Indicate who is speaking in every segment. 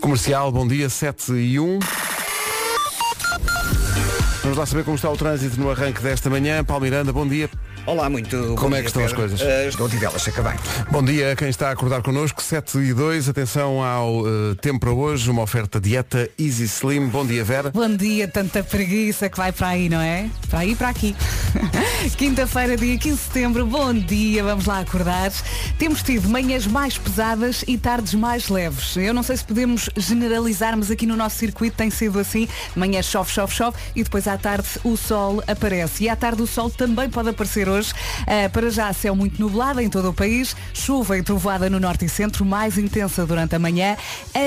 Speaker 1: Comercial, bom dia, 7 e 1. Vamos lá saber como está o trânsito no arranque desta manhã. Paulo Miranda, bom dia.
Speaker 2: Olá, muito
Speaker 1: Como é que estão as coisas?
Speaker 2: Uh, estou de velas, acabei.
Speaker 1: Bom dia a quem está a acordar connosco, 7 e 2. Atenção ao eh, tempo para hoje, uma oferta dieta Easy Slim. Bom dia, Vera.
Speaker 3: Bom dia, tanta preguiça que vai para aí, não é? Para aí e para aqui. Quinta-feira, dia 15 de setembro, bom dia, vamos lá acordar. Temos tido manhãs mais pesadas e tardes mais leves. Eu não sei se podemos generalizarmos aqui no nosso circuito, tem sido assim. Manhã chove, chove, chove e depois à tarde o sol aparece. E à tarde o sol também pode aparecer hoje. Ah, para já, céu muito nublado em todo o país, chuva e trovoada no norte e centro, mais intensa durante a manhã.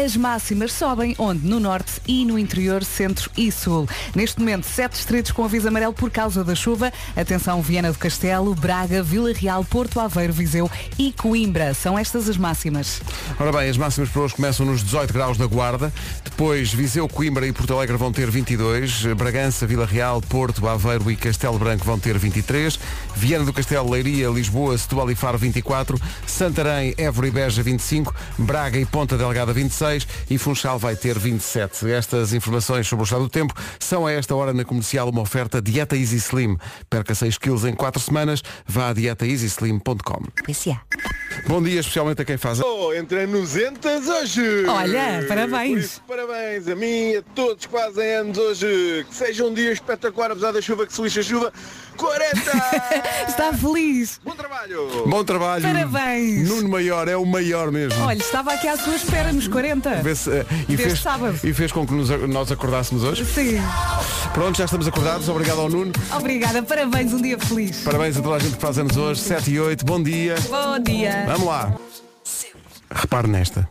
Speaker 3: As máximas sobem, onde? No norte e no interior, centro e sul. Neste momento, sete distritos com aviso amarelo por causa da chuva. Atenção, Viana do Castelo, Braga, Vila Real, Porto Aveiro, Viseu e Coimbra. São estas as máximas.
Speaker 1: Ora bem, as máximas para hoje começam nos 18 graus da Guarda, depois Viseu, Coimbra e Porto Alegre vão ter 22, Bragança, Vila Real, Porto, Aveiro e Castelo Branco vão ter 23, Viana do Castelo, Leiria, Lisboa, Setúbal e Faro 24, Santarém, Évora e Beja 25, Braga e Ponta Delgada 26 e Funchal vai ter 27. Estas informações sobre o estado do tempo são a esta hora na comercial uma oferta Dieta Easy Slim. Perca 6 quilos em 4 semanas, vá a dietaeasyslim.com. Bom dia especialmente a quem faz
Speaker 4: Oh, entre 200 hoje!
Speaker 3: Olha, parabéns.
Speaker 4: Por isso, parabéns a mim e a todos que fazem anos hoje! Que seja um dia espetacular, apesar da chuva que se lixa a chuva! 40!
Speaker 3: Está feliz?
Speaker 4: Bom trabalho!
Speaker 1: Bom trabalho.
Speaker 3: Parabéns.
Speaker 1: Nuno Maior é o maior mesmo.
Speaker 3: Olha, estava aqui à sua espera nos 40.
Speaker 1: Vê se, eh, e,
Speaker 3: Desde
Speaker 1: fez,
Speaker 3: sábado.
Speaker 1: e fez com que nos- nós acordássemos hoje.
Speaker 3: Sim.
Speaker 1: Pronto, já estamos acordados. Obrigado ao Nuno.
Speaker 3: Obrigada, parabéns, um dia feliz.
Speaker 1: Parabéns a toda a gente que faz anos hoje. 7 e 8. Bom dia.
Speaker 3: Bom dia.
Speaker 1: Vamos lá. Repare nesta.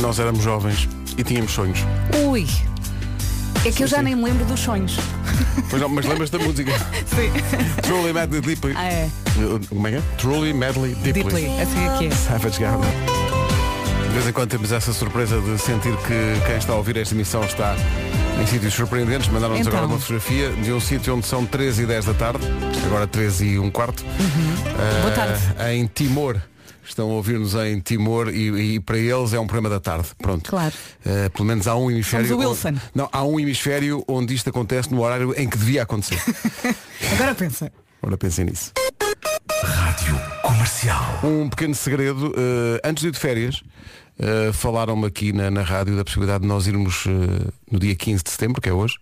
Speaker 1: Nós éramos jovens e tínhamos sonhos.
Speaker 3: Ui. É que eu já
Speaker 1: sim.
Speaker 3: nem me lembro dos sonhos.
Speaker 1: Pois não, mas lembras da música?
Speaker 3: Sim.
Speaker 1: Truly Madly Deeply.
Speaker 3: Ah, é.
Speaker 1: Eh, Como é que é? Truly Madly Deeply.
Speaker 3: Deeply, assim é que é.
Speaker 1: Savage Garden. De vez em quando temos essa surpresa de sentir que quem está a ouvir esta emissão está em sítios surpreendentes. Mandaram-nos
Speaker 3: Então.
Speaker 1: agora uma fotografia de um sítio onde são 13 e 10 da tarde, agora 13 e um quarto, eh,
Speaker 3: Uhum. Boa tarde.
Speaker 1: em Timor. Estão a ouvir-nos em Timor e, e para eles é um programa da tarde. Pronto.
Speaker 3: Claro.
Speaker 1: Eh, pelo menos há um hemisfério.
Speaker 3: Somos o
Speaker 1: onde-
Speaker 3: Wilson.
Speaker 1: não, há um hemisfério onde isto acontece no horário em que devia acontecer. Ah.
Speaker 3: Agora pensa.
Speaker 1: Ora pensem nisso. Rádio Comercial. Um pequeno segredo, eh, antes de ir de férias, eh, falaram-me aqui na, na rádio da possibilidade de nós irmos eh, no dia 15 de setembro, que é hoje,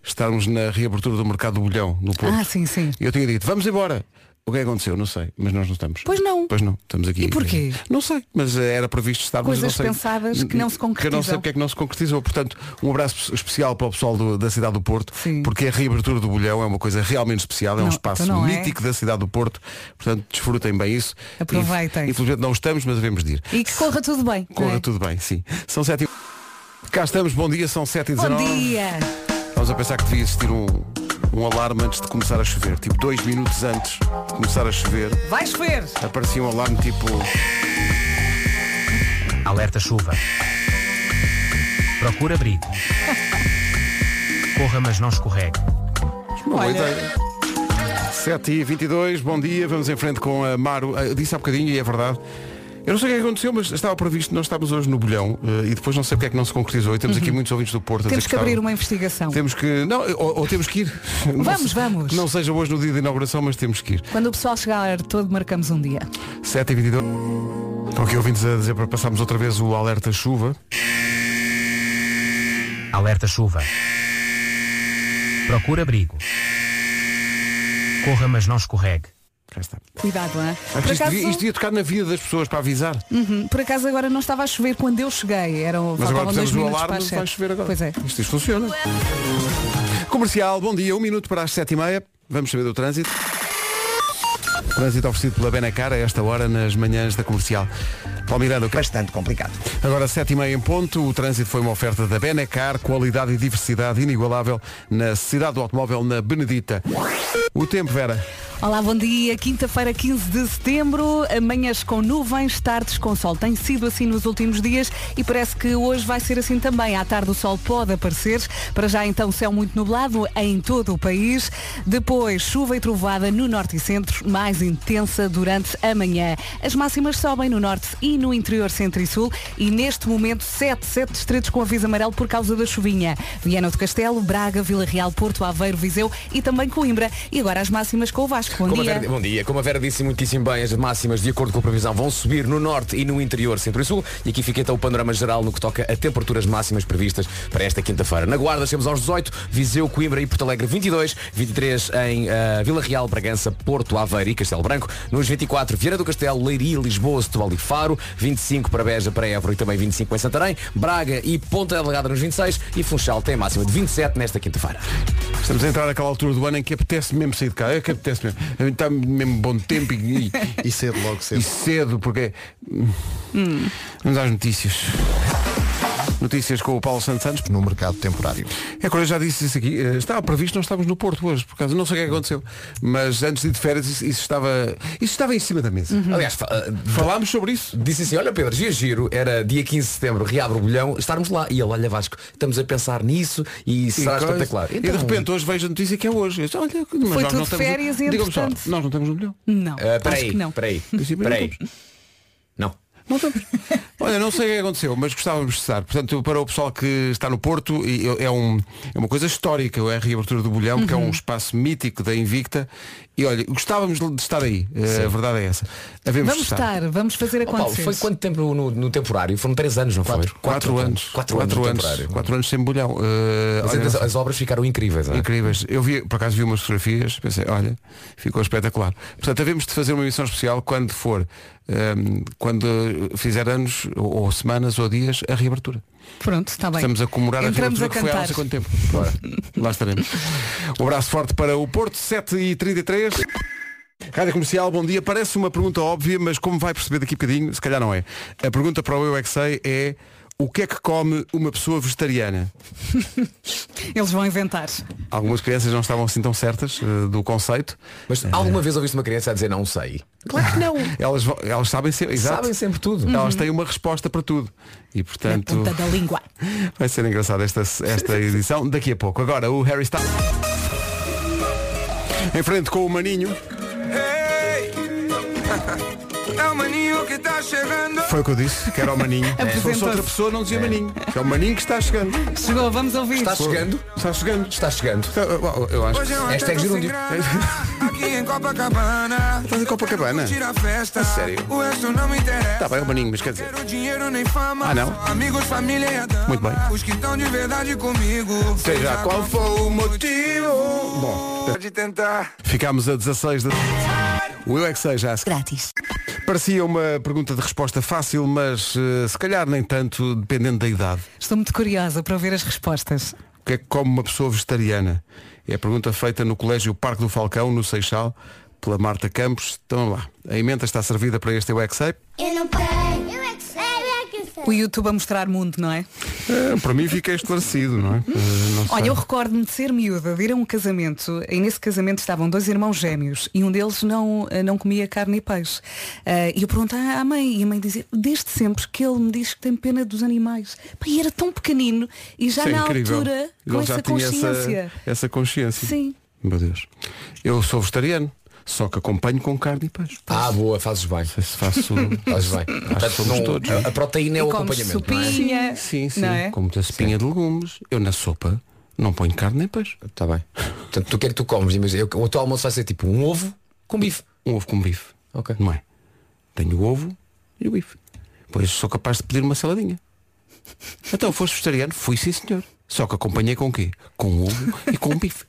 Speaker 1: estarmos na reabertura do mercado do bolhão no Porto.
Speaker 3: Uhum. Ah, sim, sim.
Speaker 1: E Eu tinha dito, vamos embora. O que é que aconteceu? Não sei, mas nós não estamos.
Speaker 3: Pois não.
Speaker 1: Pois não, estamos aqui.
Speaker 3: E porquê?
Speaker 1: Não sei, mas eh, era previsto estarmos.
Speaker 3: Coisas
Speaker 1: eu não sei,
Speaker 3: pensadas que não se
Speaker 1: Que eu não sei
Speaker 3: concretizam.
Speaker 1: porque é que não se concretizou. Portanto, um abraço especial para o pessoal do- da cidade do Porto,
Speaker 3: Sim.
Speaker 1: porque a reabertura do bolhão é uma coisa realmente especial, é um
Speaker 3: Não,
Speaker 1: espaço
Speaker 3: então não é?
Speaker 1: mítico da cidade do Porto. Portanto, desfrutem bem isso.
Speaker 3: Aproveitem.
Speaker 1: E, Infelizmente não estamos, mas devemos de ir.
Speaker 3: E que corra tudo bem.
Speaker 1: Corra
Speaker 3: não é?
Speaker 1: tudo bem, sim. São 7 e... Cá estamos, bom dia, são 7 e
Speaker 3: Bom
Speaker 1: 19
Speaker 3: dia.
Speaker 1: Estamos a pensar que devia existir um, um alarme antes de começar a chover. Tipo, dois minutos antes de começar a chover,
Speaker 3: Vai chover.
Speaker 1: aparecia um alarme tipo.
Speaker 5: Alerta chuva. Procura abrigo. Corra, mas não escorregue.
Speaker 1: Uma boa
Speaker 3: Olha.
Speaker 1: ideia. 7 e 22 bom dia, vamos em frente com a Maro. Ah, disse há bocadinho e é verdade. Eu não sei o que é que aconteceu, mas estava previsto, nós estávamos hoje no bolhão eh, e depois não sei porque é que não se concretizou. E temos aqui muitos ouvintes do Porto. a dizer
Speaker 3: Uhum. Temos que abrir
Speaker 1: estavam-
Speaker 3: uma investigação.
Speaker 1: Temos que. Não, ou, ou temos que ir. Não
Speaker 3: Vamos,
Speaker 1: se-
Speaker 3: vamos.
Speaker 1: Não seja hoje no dia de inauguração, mas temos que ir.
Speaker 3: Quando o pessoal chegar todo, marcamos um dia.
Speaker 1: 7 e 22 Estão aqui ouvintes a dizer para passarmos outra vez o alerta chuva.
Speaker 5: Alerta chuva. Procura abrigo. Corra, mas não escorregue.
Speaker 1: Cá está.
Speaker 3: Cuidado, não é?
Speaker 1: Acho
Speaker 3: Por
Speaker 1: que isto,
Speaker 3: acaso,
Speaker 1: devia, isto devia tocar na vida das pessoas para avisar.
Speaker 3: Uhum, por acaso agora não estava a chover quando eu cheguei. Eram,
Speaker 1: Mas agora
Speaker 3: faltavam dois
Speaker 1: precisamos do
Speaker 3: minutos para
Speaker 1: alarme,
Speaker 3: as
Speaker 1: vai
Speaker 3: sete.
Speaker 1: chover agora.
Speaker 3: Pois é.
Speaker 1: Isto, isto funciona. Comercial, bom dia, um minuto para as sete e meia. Vamos saber do trânsito. Trânsito oferecido pela Benacar a esta hora nas manhãs da comercial. Paulo Miranda, o que é?
Speaker 2: Bastante complicado.
Speaker 1: Agora 7 e meia em ponto, o trânsito foi uma oferta da Benacar, qualidade e diversidade inigualável na cidade do automóvel na Benedita. O tempo, Vera.
Speaker 3: Olá, bom dia. Quinta-feira, 15 de setembro. Manhãs com nuvens, tardes com sol. Tem sido assim nos últimos dias e parece que hoje vai ser assim também. À tarde o sol pode aparecer. Para já então céu muito nublado em todo o país. Depois chuva e trovada no norte e centro, mais intensa durante a manhã. As máximas sobem no norte e no interior centro e sul e neste momento 7, 7 distritos com aviso amarelo por causa da chuvinha. Viana do Castelo, Braga, Vila Real, Porto, Aveiro, Viseu e também Coimbra. E agora as máximas com o Vasco. Bom
Speaker 6: Como a
Speaker 3: dia.
Speaker 6: Vera, bom dia. Como a Vera disse muitíssimo bem, as máximas, de acordo com a previsão, vão subir no norte e no interior, centro e sul. E aqui fica então o panorama geral no que toca a temperaturas máximas previstas para esta quinta-feira. Na Guarda chegamos aos 18, Viseu, Coimbra e Porto Alegre 22, 23 em ah, Vila Real, Bragança, Porto, Aveiro e Castelo Branco. Nos 24, Vieira do Castelo, Leiria, Lisboa, Setúbal e Faro. 25 para Beja, para Évora e também 25 em Santarém. Braga e Ponta Delgada nos 26 e Funchal tem a máxima de 27 nesta quinta-feira.
Speaker 1: Estamos a entrar naquela altura do ano em que apetece mesmo sair de casa. É que apetece mesmo. Está mesmo bom tempo e, e-
Speaker 7: E cedo, logo cedo.
Speaker 1: e cedo, porque. hum, Vamos às notícias. Notícias com o Paulo Santos Santos.
Speaker 7: No mercado temporário.
Speaker 1: É quando eu já disse isso aqui. eh, Estava previsto, nós estávamos no Porto hoje, por causa, não sei o que é que aconteceu. Mas antes de ir de férias isso, isso estava. Isso estava em cima da mesa.
Speaker 3: Uhum.
Speaker 6: Aliás, fa- ah,
Speaker 1: Falámos sobre isso.
Speaker 6: Disse assim, olha Pedro, dia giro, era dia 15 de setembro, reabre o bolhão, estarmos lá. E ele, olha Vasco, estamos a pensar nisso e
Speaker 1: E
Speaker 6: será
Speaker 1: coisa.
Speaker 6: espetacular.
Speaker 1: E de
Speaker 6: Então,
Speaker 1: repente hoje vejo a notícia que é hoje. Eu disse, olha, mas nós
Speaker 3: tudo
Speaker 1: não estamos
Speaker 3: férias e,
Speaker 1: no... Diga-me só,
Speaker 3: entretanto-
Speaker 1: nós não estamos no milhão.
Speaker 3: Não,
Speaker 6: ah,
Speaker 3: acho
Speaker 6: peraí,
Speaker 3: que não.
Speaker 6: peraí,
Speaker 1: princípio,
Speaker 6: peraí. Não.
Speaker 1: Não estamos. Olha, não sei o que aconteceu, mas gostávamos de estar. Portanto, para o pessoal que está no Porto, e é, um- é uma coisa histórica, é a reabertura do Bolhão, porque é
Speaker 3: Uhum.
Speaker 1: um espaço mítico da Invicta. E olha, gostávamos de estar aí. Eh, a verdade é essa. Havemos
Speaker 3: Vamos
Speaker 1: de
Speaker 3: estar, vamos fazer
Speaker 6: Oh, Paulo,
Speaker 3: acontecer.
Speaker 6: foi quanto tempo no, no temporário? Foram 3 anos, não foi?
Speaker 1: Quatro, anos.
Speaker 6: Quatro, anos. no temporário.
Speaker 1: Quatro anos sem bolhão. Eh,
Speaker 6: Mas
Speaker 1: olha,
Speaker 6: as, as obras ficaram incríveis, não é?
Speaker 1: Incríveis. Eu vi, por acaso vi umas fotografias, pensei, olha, ficou espetacular. Portanto, havemos de fazer uma emissão especial quando for, ehm, quando fizer anos, ou, ou semanas, ou dias, a reabertura.
Speaker 3: Pronto, está bem.
Speaker 1: Estamos a comemorar a
Speaker 3: Entramos
Speaker 1: reabertura
Speaker 3: a
Speaker 1: que foi há não
Speaker 3: cantar.
Speaker 1: sei quanto tempo. Ora, lá estaremos. Um abraço forte para o Porto, 7h33. Rádio Comercial, bom dia. Parece uma pergunta óbvia, mas como vai perceber daqui a bocadinho, se calhar não é. A pergunta para o Eu É Que Sei é o que é que come uma pessoa vegetariana?
Speaker 3: Eles vão inventar.
Speaker 1: Algumas crianças não estavam assim tão certas eh, do conceito.
Speaker 6: Mas alguma vez ouviste uma criança a dizer não sei?
Speaker 1: Claro que não. Elas, vão- elas sabem sempre. Exato.
Speaker 6: Sabem sempre tudo.
Speaker 1: Elas têm uma resposta para tudo. E portanto.
Speaker 3: Na ponta da língua.
Speaker 1: Vai ser engraçada esta, esta edição daqui a pouco. Agora o Harry Styles. Em frente com o Maninho.
Speaker 8: tá
Speaker 1: Foi o que eu disse, que era o Maninho. Se fosse outra pessoa não dizia Maninho. Que é o Maninho que está chegando.
Speaker 3: Chegou, vamos ouvir.
Speaker 6: Está chegando?
Speaker 1: Está chegando.
Speaker 6: Está chegando.
Speaker 1: Está- eu- eu acho que-
Speaker 8: é
Speaker 6: Hashtag gerúndio.
Speaker 8: Aqui em Copacabana
Speaker 1: Estás em Copacabana?
Speaker 8: Tira a festa
Speaker 1: A É sério?
Speaker 8: O resto não me interessa
Speaker 1: Está bem, o Maninho, mas quer dizer.
Speaker 8: Quero dinheiro nem fama
Speaker 1: Ah, não?
Speaker 8: Só Amigos, família e a dama
Speaker 1: Muito bem.
Speaker 8: Os que estão de verdade comigo
Speaker 1: Seja qual for o motivo. Bom,
Speaker 8: Pode tentar
Speaker 1: ficámos a 16 de. O Eu é que sei já. a seguir.
Speaker 9: Grátis.
Speaker 1: Parecia uma pergunta de resposta fácil, mas eh, se calhar nem tanto, dependendo da idade.
Speaker 3: Estou muito curiosa para ouvir as respostas.
Speaker 1: O que é que come uma pessoa vegetariana? É a pergunta feita no Colégio Parque do Falcão, no Seixal, pela Marta Campos. Então lá. A emenda está servida para este Eu é que sei.
Speaker 10: Eu não sei. Eu é que sei, eu é que sei.
Speaker 3: O YouTube a mostrar mundo, não é?
Speaker 1: Eh, para mim fica esclarecido, não é? Eh, não sei.
Speaker 3: Olha, eu recordo-me de ser miúda, de ir a um casamento, e nesse casamento estavam dois irmãos gêmeos e um deles não, eh, não comia carne e peixe. Eh, E eu perguntei à mãe, e a mãe dizia, desde sempre que ele me diz que tem pena dos animais. Pá, e era tão pequenino e já
Speaker 1: Isso é
Speaker 3: na
Speaker 1: incrível.
Speaker 3: altura, com
Speaker 1: Ele
Speaker 3: essa
Speaker 1: já tinha
Speaker 3: consciência.
Speaker 1: essa, essa consciência.
Speaker 3: Sim.
Speaker 1: Meu Deus. Eu sou vegetariano, só que acompanho com carne e peixe.
Speaker 6: Ah, boa, fazes bem.
Speaker 1: Faço.
Speaker 6: Fazes bem. Portanto,
Speaker 1: somos
Speaker 6: não-
Speaker 1: todos,
Speaker 6: a, a proteína é
Speaker 3: E
Speaker 6: o
Speaker 3: come
Speaker 6: acompanhamento. não é?
Speaker 3: sopinha.
Speaker 1: Sim, sim.
Speaker 3: Não é?
Speaker 1: Com muita espinha de legumes. Eu na sopa não ponho carne nem peixe.
Speaker 6: Está Tá bem. Portanto, tu quer que tu comes, imagina, eu- o teu almoço vai ser tipo um ovo com bife.
Speaker 1: Um ovo com bife.
Speaker 6: Ok.
Speaker 1: Não é? Tenho o ovo e o bife. Pois sou capaz de pedir uma saladinha. Então foste vegetariano? Fui sim senhor. Só que acompanhei com o quê? Com ovo e com bife.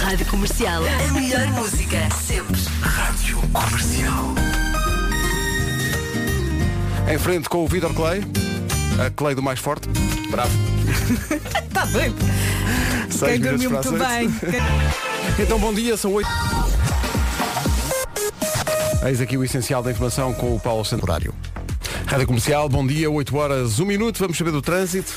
Speaker 9: Rádio Comercial. A melhor música. Sempre.
Speaker 1: Em frente com o Vitor Clay. A Clay do mais forte.
Speaker 6: Bravo. Tá
Speaker 3: Está bem. Quem
Speaker 1: Seis minutos
Speaker 3: dormiu
Speaker 1: para
Speaker 3: muito
Speaker 1: as oito.
Speaker 3: bem. Quem-
Speaker 1: Então bom dia, são oito. Eis aqui o essencial da informação com o Paulo Santos.
Speaker 7: Temporário.
Speaker 1: um Rádio Comercial, bom dia, 8 horas, 1 minuto, vamos saber do trânsito.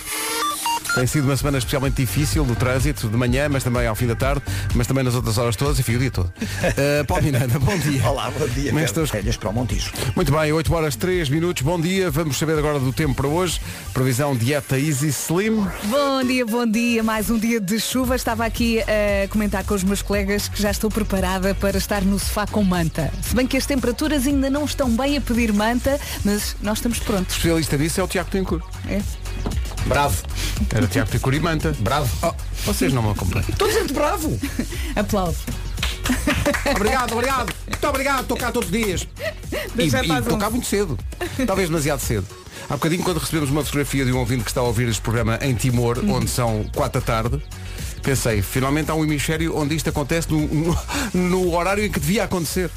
Speaker 1: Tem sido uma semana especialmente difícil do trânsito, de manhã, mas também ao fim da tarde, mas também nas outras horas todas, enfim, o dia todo. Uh, Paulo Miranda, bom dia.
Speaker 2: Olá, bom dia.
Speaker 1: Como é que
Speaker 2: Pedro
Speaker 1: estão as
Speaker 2: Telhas para o Montijo.
Speaker 1: Muito bem, 8 horas 3 minutos, bom dia. Vamos saber agora do tempo para hoje. Previsão dieta Easy Slim.
Speaker 3: Bom dia, bom dia. Mais um dia de chuva. Estava aqui a comentar com os meus colegas que já estou preparada para estar no sofá com manta. Se bem que as temperaturas ainda não estão bem a pedir manta, mas nós estamos prontos.
Speaker 1: Especialista disso é o Tiago Tencourt.
Speaker 3: É?
Speaker 6: Bravo.
Speaker 1: Era Tiago Tencourt e Manta. Bravo.
Speaker 6: Oh,
Speaker 1: vocês não me acompanham.
Speaker 6: Estou gente bravo.
Speaker 3: Aplaudo.
Speaker 1: Obrigado, obrigado. Muito obrigado. Estou cá todos os dias. E,
Speaker 3: Deixa
Speaker 1: e
Speaker 3: para as
Speaker 1: estou cá
Speaker 3: onze.
Speaker 1: muito cedo. Talvez demasiado cedo. Há bocadinho, quando recebemos uma fotografia de um ouvinte que está a ouvir este programa em Timor, onde são 4 da tarde, pensei, finalmente há um hemisfério onde isto acontece no, no- no horário em que devia acontecer.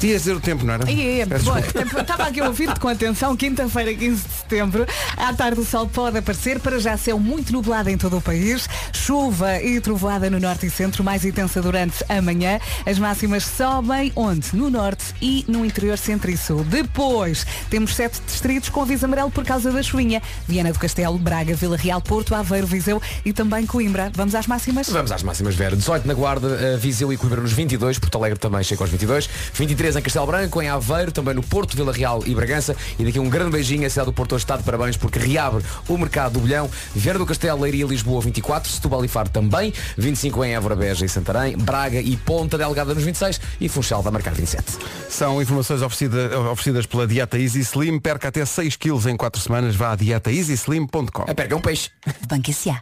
Speaker 1: Tinha a dizer o tempo, não era?
Speaker 3: E é,
Speaker 1: Peço
Speaker 3: bom,
Speaker 1: desculpa.
Speaker 3: estava aqui a ouvir-te com atenção, quinta-feira, 15 de setembro. À tarde o sol pode aparecer, para já céu muito nublado em todo o país, chuva e trovoada no norte e centro, mais intensa durante a manhã. As máximas sobem onde? No norte e no interior centro e sul. Depois, temos sete distritos com aviso amarelo por causa da chuvinha. Viana do Castelo, Braga, Vila Real, Porto, Aveiro, Viseu e também Coimbra. Vamos às máximas?
Speaker 6: Vamos às máximas, Vera. 18 na Guarda, eh, Viseu e Coimbra nos 22, Porto Alegre também chega aos 22, 23 em Castelo Branco, em Aveiro, também no Porto, Vila Real e Bragança. E daqui um grande beijinho, a cidade do Porto hoje está de parabéns porque reabre o mercado do Bolhão. Vera do Castelo, Leiria, Lisboa 24, Setúbal e Faro também, 25 em Évora, Beja e Santarém, Braga e Ponta Delgada nos 26 e Funchal vai marcar 27.
Speaker 1: São informações oferecida- oferecidas pela Dieta Easy Slim. Perca até 6 quilos em 4 semanas. Vá a dietaeasyslim.com.
Speaker 6: A perca é um peixe.
Speaker 9: Banco S.A.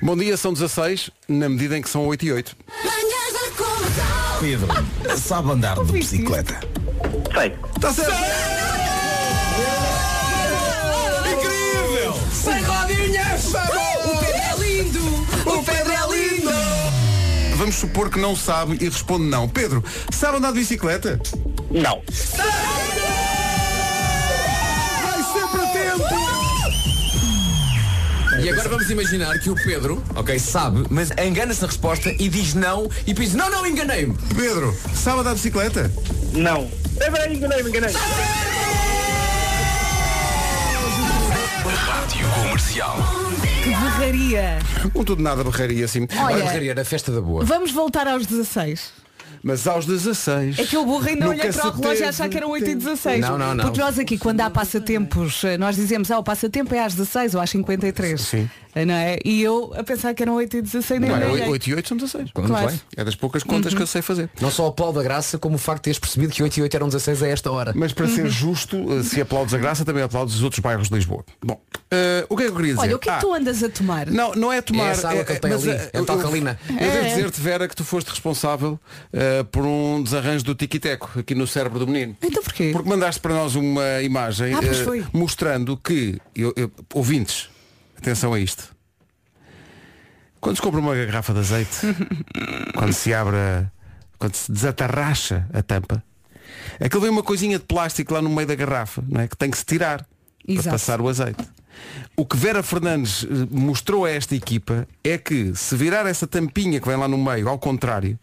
Speaker 1: Bom dia, são 16, na medida em que são 8 e 8.
Speaker 7: Pedro, sabe andar de bicicleta.
Speaker 1: Está Tá certo! é
Speaker 9: O Pedro é lindo!
Speaker 1: Vamos supor que não sabe e responde não. Pedro, sabe andar de bicicleta?
Speaker 4: Não.
Speaker 1: Vai sempre a tempo!
Speaker 6: E agora vamos imaginar que o Pedro, ok, sabe, mas engana-se na resposta e diz não e diz não, não, enganei-me.
Speaker 1: Pedro, sabe andar de bicicleta?
Speaker 4: Não. É verdade, enganei, enganei.
Speaker 3: Que berraria!
Speaker 1: Um tudo nada barreira assim.
Speaker 6: Olha,
Speaker 3: Olha,
Speaker 6: Ferreira, festa da boa.
Speaker 3: vamos voltar aos 16.
Speaker 1: Mas aos 16.
Speaker 3: É que o burro ainda
Speaker 1: nunca
Speaker 3: olha para o
Speaker 1: se
Speaker 3: relógio e achar
Speaker 1: teve
Speaker 3: que eram 8 e
Speaker 1: tempo.
Speaker 3: 16.
Speaker 6: Não, não, não.
Speaker 3: Porque nós aqui, quando há passatempos, nós dizemos, ah, o passatempo é às 16 ou às 53.
Speaker 1: Sim.
Speaker 3: Não é? E eu a pensar que eram 8 e 16 nem
Speaker 1: Não,
Speaker 3: olhei.
Speaker 1: 8 e 8 são 16.
Speaker 6: Muito
Speaker 3: né? Claro. Uhum.
Speaker 6: bem.
Speaker 1: É das poucas contas que eu sei fazer.
Speaker 6: Não só aplaudo a graça, como o facto de teres percebido que 8 e 8 eram 16 a esta hora.
Speaker 1: Mas para ser justo, eh, se aplaudes a graça, também aplaudes os outros bairros de Lisboa. Bom, eh, o que é que eu queria dizer?
Speaker 3: Olha, o que é que
Speaker 1: Ah,
Speaker 3: tu andas a tomar?
Speaker 1: Não, não é tomar.
Speaker 6: É essa água que ele tem
Speaker 1: mas,
Speaker 6: ali,
Speaker 1: eh,
Speaker 6: é um alcalina.
Speaker 1: Eu, eu devo dizer-te, Vera, que tu foste responsável eh, por um desarranjo do tiquiteco aqui no cérebro do menino.
Speaker 3: Então porquê?
Speaker 1: Porque mandaste para nós uma imagem
Speaker 3: Ah, pois
Speaker 1: eh,
Speaker 3: foi.
Speaker 1: mostrando que, eu- eu- ouvintes, atenção a isto. Quando se compra uma garrafa de azeite, quando se abre, a- quando se desatarracha a tampa, aquilo vem uma coisinha de plástico lá no meio da garrafa, não é? que tem que se tirar
Speaker 3: Exato.
Speaker 1: para passar o azeite. O que Vera Fernandes eh, mostrou a esta equipa é que se virar essa tampinha que vem lá no meio, ao contrário,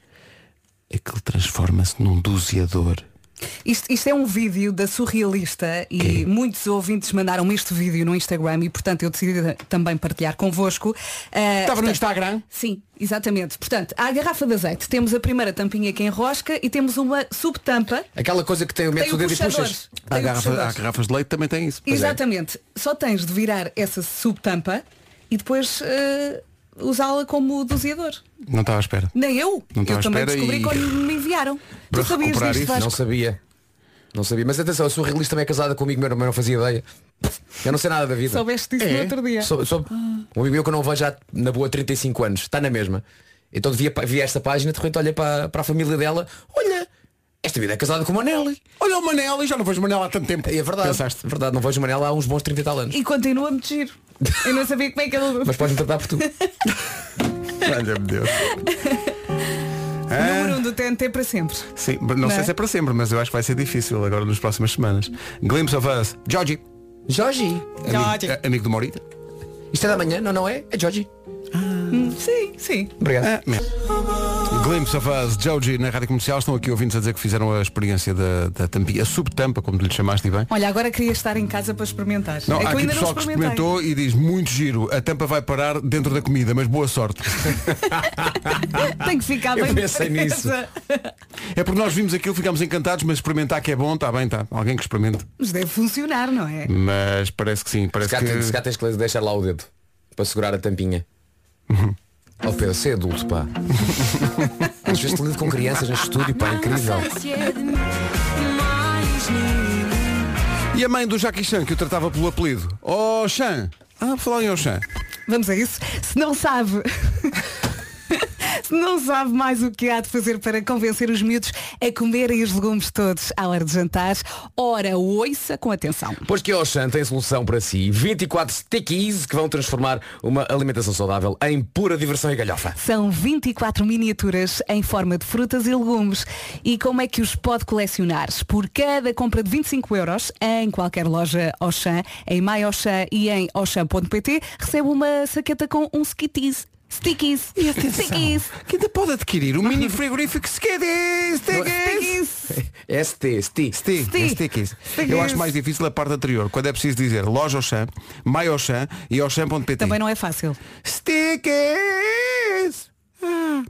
Speaker 1: aquilo transforma-se num doseador.
Speaker 3: Isto, isto é um vídeo da Surrealista e muitos ouvintes mandaram este vídeo no Instagram e portanto eu decidi também partilhar convosco. Ah,
Speaker 1: Estava no
Speaker 3: portanto-
Speaker 1: Instagram?
Speaker 3: Sim, exatamente. Portanto, há a garrafa de azeite, temos a primeira tampinha que enrosca e temos uma subtampa
Speaker 6: Aquela coisa que tem, metes
Speaker 3: Tem
Speaker 6: o
Speaker 3: o
Speaker 6: dedo e
Speaker 3: puxador.
Speaker 6: puxas.
Speaker 1: Há,
Speaker 3: Tem o
Speaker 1: garrafa-
Speaker 3: puxador.
Speaker 1: há garrafas de leite também tem isso. Pois é.
Speaker 3: Exatamente. Só tens de virar essa subtampa e depois eh, usá-la como doseador.
Speaker 1: Não estava à espera.
Speaker 3: Nem eu.
Speaker 1: Não estava
Speaker 3: eu
Speaker 1: à
Speaker 3: também
Speaker 1: espera
Speaker 3: descobri
Speaker 1: e-
Speaker 3: quando me enviaram.
Speaker 1: Para
Speaker 3: tu sabias
Speaker 1: recuperar
Speaker 3: disto,
Speaker 1: isso,
Speaker 3: Vasco?
Speaker 6: Não sabia. Não sabia. Mas atenção, a surrealista também é casada comigo, meu irmão, não fazia ideia. Eu não sei nada da vida. É.
Speaker 3: Soubeste disso no outro dia.
Speaker 6: Sou, sou- Um amigo meu que eu não vejo já na boa 35 anos, está na mesma. Então via, pa- via esta página, de repente olha para, para a família dela, olha, esta vida é casada com o Manel.
Speaker 1: Olha o Manel e já não vejo Manel há tanto tempo.
Speaker 6: É verdade.
Speaker 1: Pensaste.
Speaker 6: Verdade, não vejo o Manel há uns bons 30 e tal anos.
Speaker 3: E continua a me giro. Eu não sabia como é que ele.
Speaker 6: Mas podes-me tratar por tu.
Speaker 1: Olha-me Deus. Ah.
Speaker 3: Número 1 um do TNT para sempre.
Speaker 1: Sim, não, sei
Speaker 3: é?
Speaker 1: se é para sempre, mas eu acho que vai ser difícil agora nas próximas semanas. Glimpse of Us, Georgie.
Speaker 6: Jorge!
Speaker 1: Amigo, eh, amigo do Maurita.
Speaker 6: Isto é da manhã? Não, não é? É Jorge.
Speaker 3: Sim, sim.
Speaker 6: Obrigado.
Speaker 1: Ah, man. Glimpse of Us, Joji, na Rádio Comercial, estão aqui ouvintes a dizer que fizeram a experiência da, da tampinha, a subtampa, como lhe chamaste e bem.
Speaker 3: Olha, agora queria estar em casa para experimentar.
Speaker 1: Não,
Speaker 3: é que
Speaker 1: há
Speaker 3: eu
Speaker 1: aqui
Speaker 3: ainda não
Speaker 1: pessoal que
Speaker 3: experimentei.
Speaker 1: experimentou e diz, muito giro, a tampa vai parar dentro da comida, mas boa sorte.
Speaker 3: Tem que ficar
Speaker 6: Eu
Speaker 3: bem
Speaker 6: pensei nisso.
Speaker 3: presa.
Speaker 1: é porque nós vimos aquilo, ficámos encantados, mas experimentar que é bom, está bem, está. Alguém que experimente.
Speaker 3: Mas deve funcionar, não é?
Speaker 1: Mas parece que sim,
Speaker 6: Se
Speaker 1: parece
Speaker 6: cá,
Speaker 1: que...
Speaker 6: tens- se cá tens que deixar lá o dedo para segurar a tampinha. Oh Pedro, você é adulto, pá. Às vezes te lido com crianças no estúdio, pá, é incrível.
Speaker 1: E a mãe do Jackie Chan, que o tratava pelo apelido. Oh, Chan. Ah, falar em Oxan.
Speaker 3: Vamos a isso. Se não sabe. Se não sabe mais o que há de fazer para convencer os miúdos a comerem os legumes todos à hora de jantar, ora ouça com atenção.
Speaker 6: Pois que a Auchan tem solução para si. 24 stickies que vão transformar uma alimentação saudável em pura diversão e galhofa.
Speaker 3: São 24 miniaturas em forma de frutas e legumes. E como é que os pode colecionar? Por cada compra de 25 euros em qualquer loja Auchan, em My Auchan e em Auchan.pt, recebe uma saqueta com um skitties. Stickies. Stickies.
Speaker 1: Que ainda pode adquirir um mini frigorífico se quer diz,
Speaker 3: Stickies.
Speaker 6: ST, ST.
Speaker 1: Stick,
Speaker 3: Stick.
Speaker 1: stickies.
Speaker 3: Stickies.
Speaker 1: Eu acho mais difícil a parte anterior, quando é preciso dizer loja Oxan, my Oxan e oh, Oxan.pt.
Speaker 3: Também não é fácil.
Speaker 1: Stickies! Ah.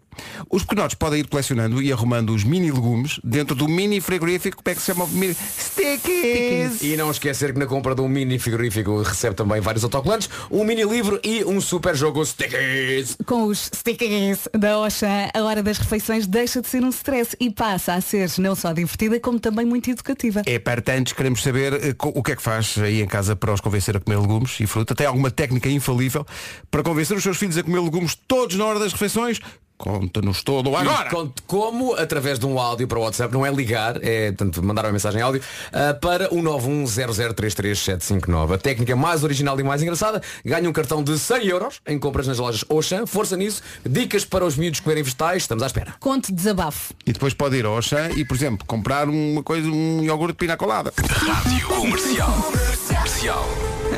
Speaker 1: Os pequenotes podem ir colecionando e arrumando os mini legumes dentro do mini frigorífico que é que se chama o mini stickies.
Speaker 6: E não esquecer que na compra de um mini frigorífico recebe também vários autocolantes, um mini livro e um super jogo stickies.
Speaker 3: Com os stickies da Oxan, a hora das refeições deixa de ser um stress e passa a ser não só divertida, como também muito educativa.
Speaker 1: É partantes, queremos saber eh, co- o que é que faz aí em casa para os convencer a comer legumes e fruta. Tem alguma técnica infalível para convencer os seus filhos a comer legumes todos na hora das refeições? Conta-nos todo agora!
Speaker 6: E conte como, através de um áudio para o WhatsApp, não é ligar, é tanto mandar uma mensagem em áudio, ah, para o 910033759. A técnica mais original e mais engraçada, ganha um cartão de 100 euros em compras nas lojas Oxan. Força nisso, dicas para os miúdos comerem vegetais, estamos à espera.
Speaker 3: Conte desabafo.
Speaker 1: E depois pode ir ao Auchan e, por exemplo, comprar uma coisa, um iogurte de pina colada.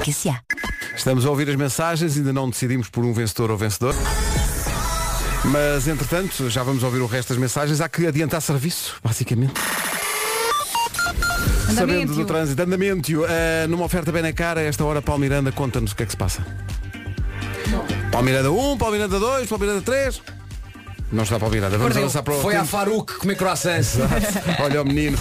Speaker 9: Que se há?
Speaker 1: Estamos a ouvir as mensagens, ainda não decidimos por um vencedor ou vencedor. Mas, entretanto, já vamos ouvir o resto das mensagens. Há que adiantar serviço, basicamente. Sabendo do
Speaker 3: Andamento.
Speaker 1: trânsito, andamento, eh, numa oferta bem na cara, a esta hora, Paulo Miranda, conta-nos o que é que se passa. Paulo Miranda 1, Paulo Miranda 2, Paulo Miranda 3. Não está Paulo Miranda, vamos
Speaker 3: Perdeu.
Speaker 1: avançar para o
Speaker 6: Foi à
Speaker 1: tempo.
Speaker 6: Faruque comer croissants.
Speaker 1: Olha o menino.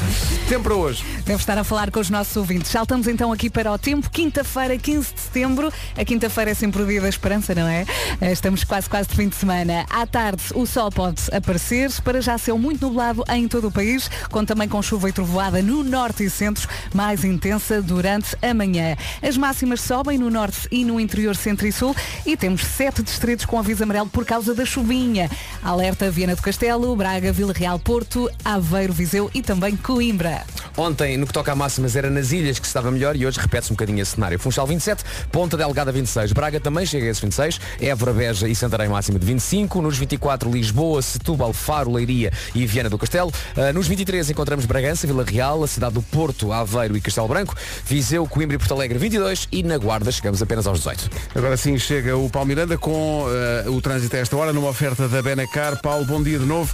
Speaker 1: Tempo para hoje.
Speaker 3: Deve estar a falar com os nossos ouvintes. Saltamos então aqui para o tempo, quinta-feira, 15 de setembro. A quinta-feira é sempre o dia da esperança, não é? Eh, Estamos quase, quase de fim de semana. À tarde, o sol pode aparecer. Para já céu muito nublado em todo o país, com também com chuva e trovoada no norte e centro, mais intensa durante a manhã. As máximas sobem no norte e no interior centro e sul e temos sete distritos com aviso amarelo por causa da chuvinha. Alerta Viana do Castelo, Braga, Vila Real, Porto, Aveiro, Viseu e também Coimbra.
Speaker 6: Ontem, no que toca a máximas, era nas ilhas que se estava melhor e hoje repete-se um bocadinho esse cenário. Funchal 27, Ponta Delgada 26, Braga também chega a esses 26, Évora, Beja e Santarém máxima de 25, nos 24 Lisboa, Setúbal, Faro, Leiria e Viana do Castelo, Ah, nos 23 encontramos Bragança, Vila Real, a cidade do Porto, Aveiro e Castelo Branco, Viseu, Coimbra e Porto Alegre 22 e na Guarda chegamos apenas aos 18.
Speaker 1: Agora sim chega o Paulo Miranda com eh, o trânsito a esta hora numa oferta da Benacar. Paulo, bom dia de novo.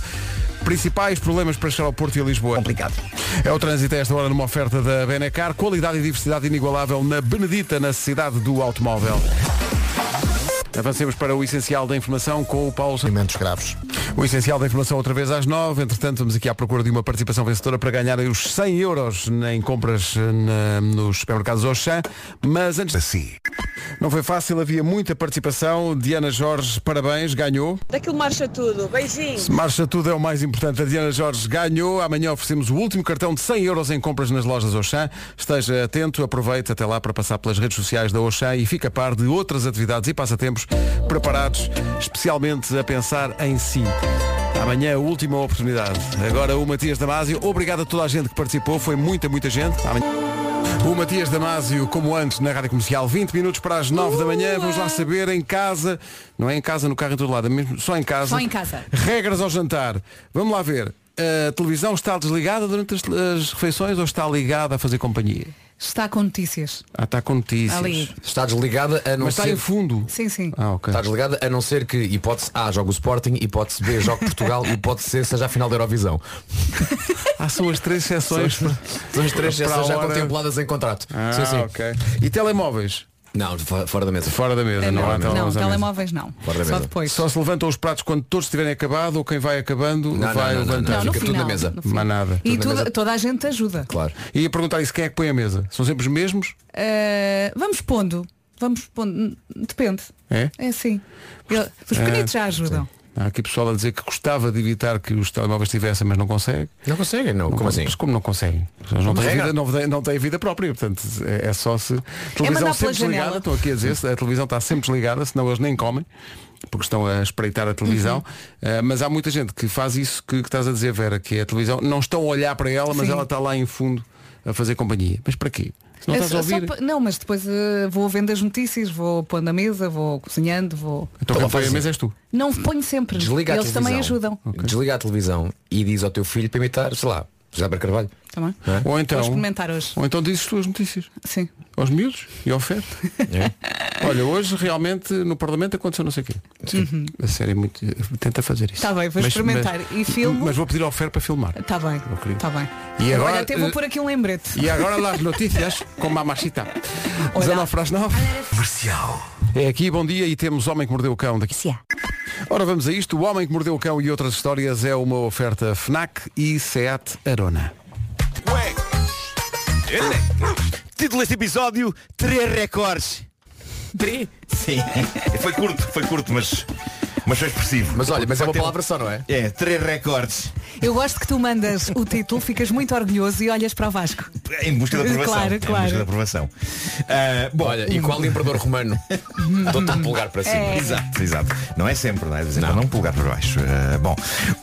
Speaker 1: Principais problemas para chegar ao Porto e a Lisboa.
Speaker 2: Complicado.
Speaker 1: É o trânsito a esta hora numa oferta da Benacar. Qualidade e diversidade inigualável na Benedita, na cidade do automóvel. Avancemos para o essencial da informação com o Paulo.
Speaker 7: Alimentos graves.
Speaker 1: O essencial da informação outra vez às nove. Entretanto, vamos aqui à procura de uma participação vencedora para ganhar os 100 euros em compras eh, na- nos supermercados Auchan. Mas antes
Speaker 7: Assim.
Speaker 1: não foi fácil, havia muita participação. Diana Jorge, parabéns, ganhou.
Speaker 11: Daquilo marcha tudo. Beijinhos.
Speaker 1: Se marcha tudo é o mais importante. A Diana Jorge ganhou. Amanhã oferecemos o último cartão de 100 euros em compras nas lojas Auchan. Esteja atento, aproveite até lá para passar pelas redes sociais da Auchan e fica a par de outras atividades e passatempos preparados especialmente a pensar em si. Amanhã a última oportunidade. Agora o Matias Damasio. Obrigado a toda a gente que participou. Foi muita, muita gente. Amanhã... O Matias Damasio, como antes, na Rádio Comercial, 20 minutos para as 9 da manhã, vamos lá saber em casa, não é em casa, no carro em todo lado, é mesmo só em casa.
Speaker 3: Só em casa.
Speaker 1: Regras ao jantar. Vamos lá ver. A televisão está desligada durante as, as refeições ou está ligada a fazer companhia?
Speaker 3: Está com notícias.
Speaker 1: Ah, está com notícias.
Speaker 3: Ali.
Speaker 6: Está desligada a não
Speaker 1: Mas
Speaker 6: ser...
Speaker 1: está em fundo.
Speaker 3: Sim, sim.
Speaker 1: Ah, ok.
Speaker 6: Está desligada a não ser que hipótese A jogue o Sporting, hipótese B jogue Portugal e hipótese C seja a final da Eurovisão.
Speaker 1: Ah, são as três exceções.
Speaker 6: São as três
Speaker 1: Para
Speaker 6: sessões já
Speaker 1: a hora-
Speaker 6: contempladas em contrato.
Speaker 1: Ah,
Speaker 6: sim, sim.
Speaker 1: ok. E telemóveis?
Speaker 6: Não, fo- fora da mesa.
Speaker 1: Fora da mesa, não, há
Speaker 3: É não,
Speaker 1: telemóveis à mesa.
Speaker 3: Ah, então, telemóveis não.
Speaker 6: Fora da
Speaker 3: Só
Speaker 6: mesa.
Speaker 3: depois.
Speaker 1: Só se levantam os pratos quando todos estiverem acabado ou quem vai acabando
Speaker 6: Não, não,
Speaker 1: vai
Speaker 6: não, não,
Speaker 1: levantando.
Speaker 3: Não, no
Speaker 6: fica tudo
Speaker 3: final,
Speaker 6: na mesa.
Speaker 3: no final.
Speaker 1: Mas nada.
Speaker 3: E
Speaker 6: Tudo na
Speaker 3: tudo-
Speaker 6: mesa.
Speaker 3: toda a gente te ajuda.
Speaker 6: Claro.
Speaker 1: E a perguntar isso, quem é que põe a mesa? São sempre os mesmos?
Speaker 3: Ah, vamos pondo. Vamos pondo. Depende.
Speaker 1: É?
Speaker 3: É assim. Eu- Os pequenitos já ajudam.
Speaker 1: Há aqui pessoal a dizer que gostava de evitar que os telemóveis tivessem, mas não consegue.
Speaker 6: Não conseguem, não. Como assim?
Speaker 1: Mas como não conseguem? As pessoas Não
Speaker 6: Uma
Speaker 1: têm,
Speaker 6: regra.
Speaker 1: vida, não, têm, não têm vida própria, portanto é, é só se. televisão
Speaker 3: mandar pela
Speaker 1: sempre desligada,
Speaker 3: janela.
Speaker 1: estou aqui a dizer, a televisão está sempre desligada, senão eles nem comem, porque estão a espreitar a televisão.
Speaker 3: Uhum.
Speaker 1: Ah, mas há muita gente que faz isso que, que estás a dizer, Vera, que é a televisão, não estão a olhar para ela, mas
Speaker 3: Sim.
Speaker 1: ela está lá em fundo a fazer companhia. Mas para quê? Se não
Speaker 3: É
Speaker 1: estás a
Speaker 3: só- só
Speaker 1: ouvir.
Speaker 3: pa- não, mas depois eh, vou vendo as notícias, vou pondo a mesa, vou cozinhando, vou.
Speaker 1: Então
Speaker 6: Ela
Speaker 1: quem põe
Speaker 6: faz
Speaker 1: a
Speaker 6: isso.
Speaker 1: mesa és tu.
Speaker 3: Não ponho sempre.
Speaker 6: Desliga
Speaker 3: Eles
Speaker 6: a televisão.
Speaker 3: também ajudam.
Speaker 6: Desliga a televisão e diz ao teu filho para imitar, sei lá, José Alberto Carvalho.
Speaker 3: Tá bem?
Speaker 1: Ou
Speaker 3: Vou
Speaker 1: então,
Speaker 3: experimentar hoje.
Speaker 1: ou então dizes tu as notícias.
Speaker 3: Sim.
Speaker 1: aos miúdos e ao feto. Olha, hoje realmente no Parlamento aconteceu não sei o quê. A série é muito. Tenta fazer isso.
Speaker 3: Tá bem, vou experimentar. E filmo?
Speaker 1: Mas vou pedir ao Fer para filmar.
Speaker 3: Está Tá bem.
Speaker 1: Meu querido.
Speaker 3: Está bem.
Speaker 1: E agora,
Speaker 3: Olha, até vou
Speaker 1: eh,
Speaker 3: pôr aqui um lembrete.
Speaker 1: E agora lá as notícias com Mamachita. 19 para as 9. É aqui, bom dia, e temos Homem que Mordeu o Cão daqui. Ora, vamos a isto. O Homem que Mordeu o Cão e outras histórias é uma oferta FNAC e SEAT Arona.
Speaker 7: Título deste episódio, três recordes. Três? Sim. Foi curto, foi curto, mas, mas foi expressivo.
Speaker 6: Mas olha, mas é uma
Speaker 7: Vai ter-
Speaker 6: palavra só, não é?
Speaker 7: É, três recordes.
Speaker 3: Eu gosto que tu mandas o título, ficas muito orgulhoso e olhas para o Vasco.
Speaker 7: Em busca da aprovação.
Speaker 3: Claro,
Speaker 7: Em busca
Speaker 3: claro.
Speaker 7: da aprovação. Ah, bom,
Speaker 6: Olha, e qual imperador romano? Dou-te um polegar para cima.
Speaker 3: É.
Speaker 7: Exato, exato. Não é sempre, não é? Dizer, não. não pulgar para baixo. Ah, bom,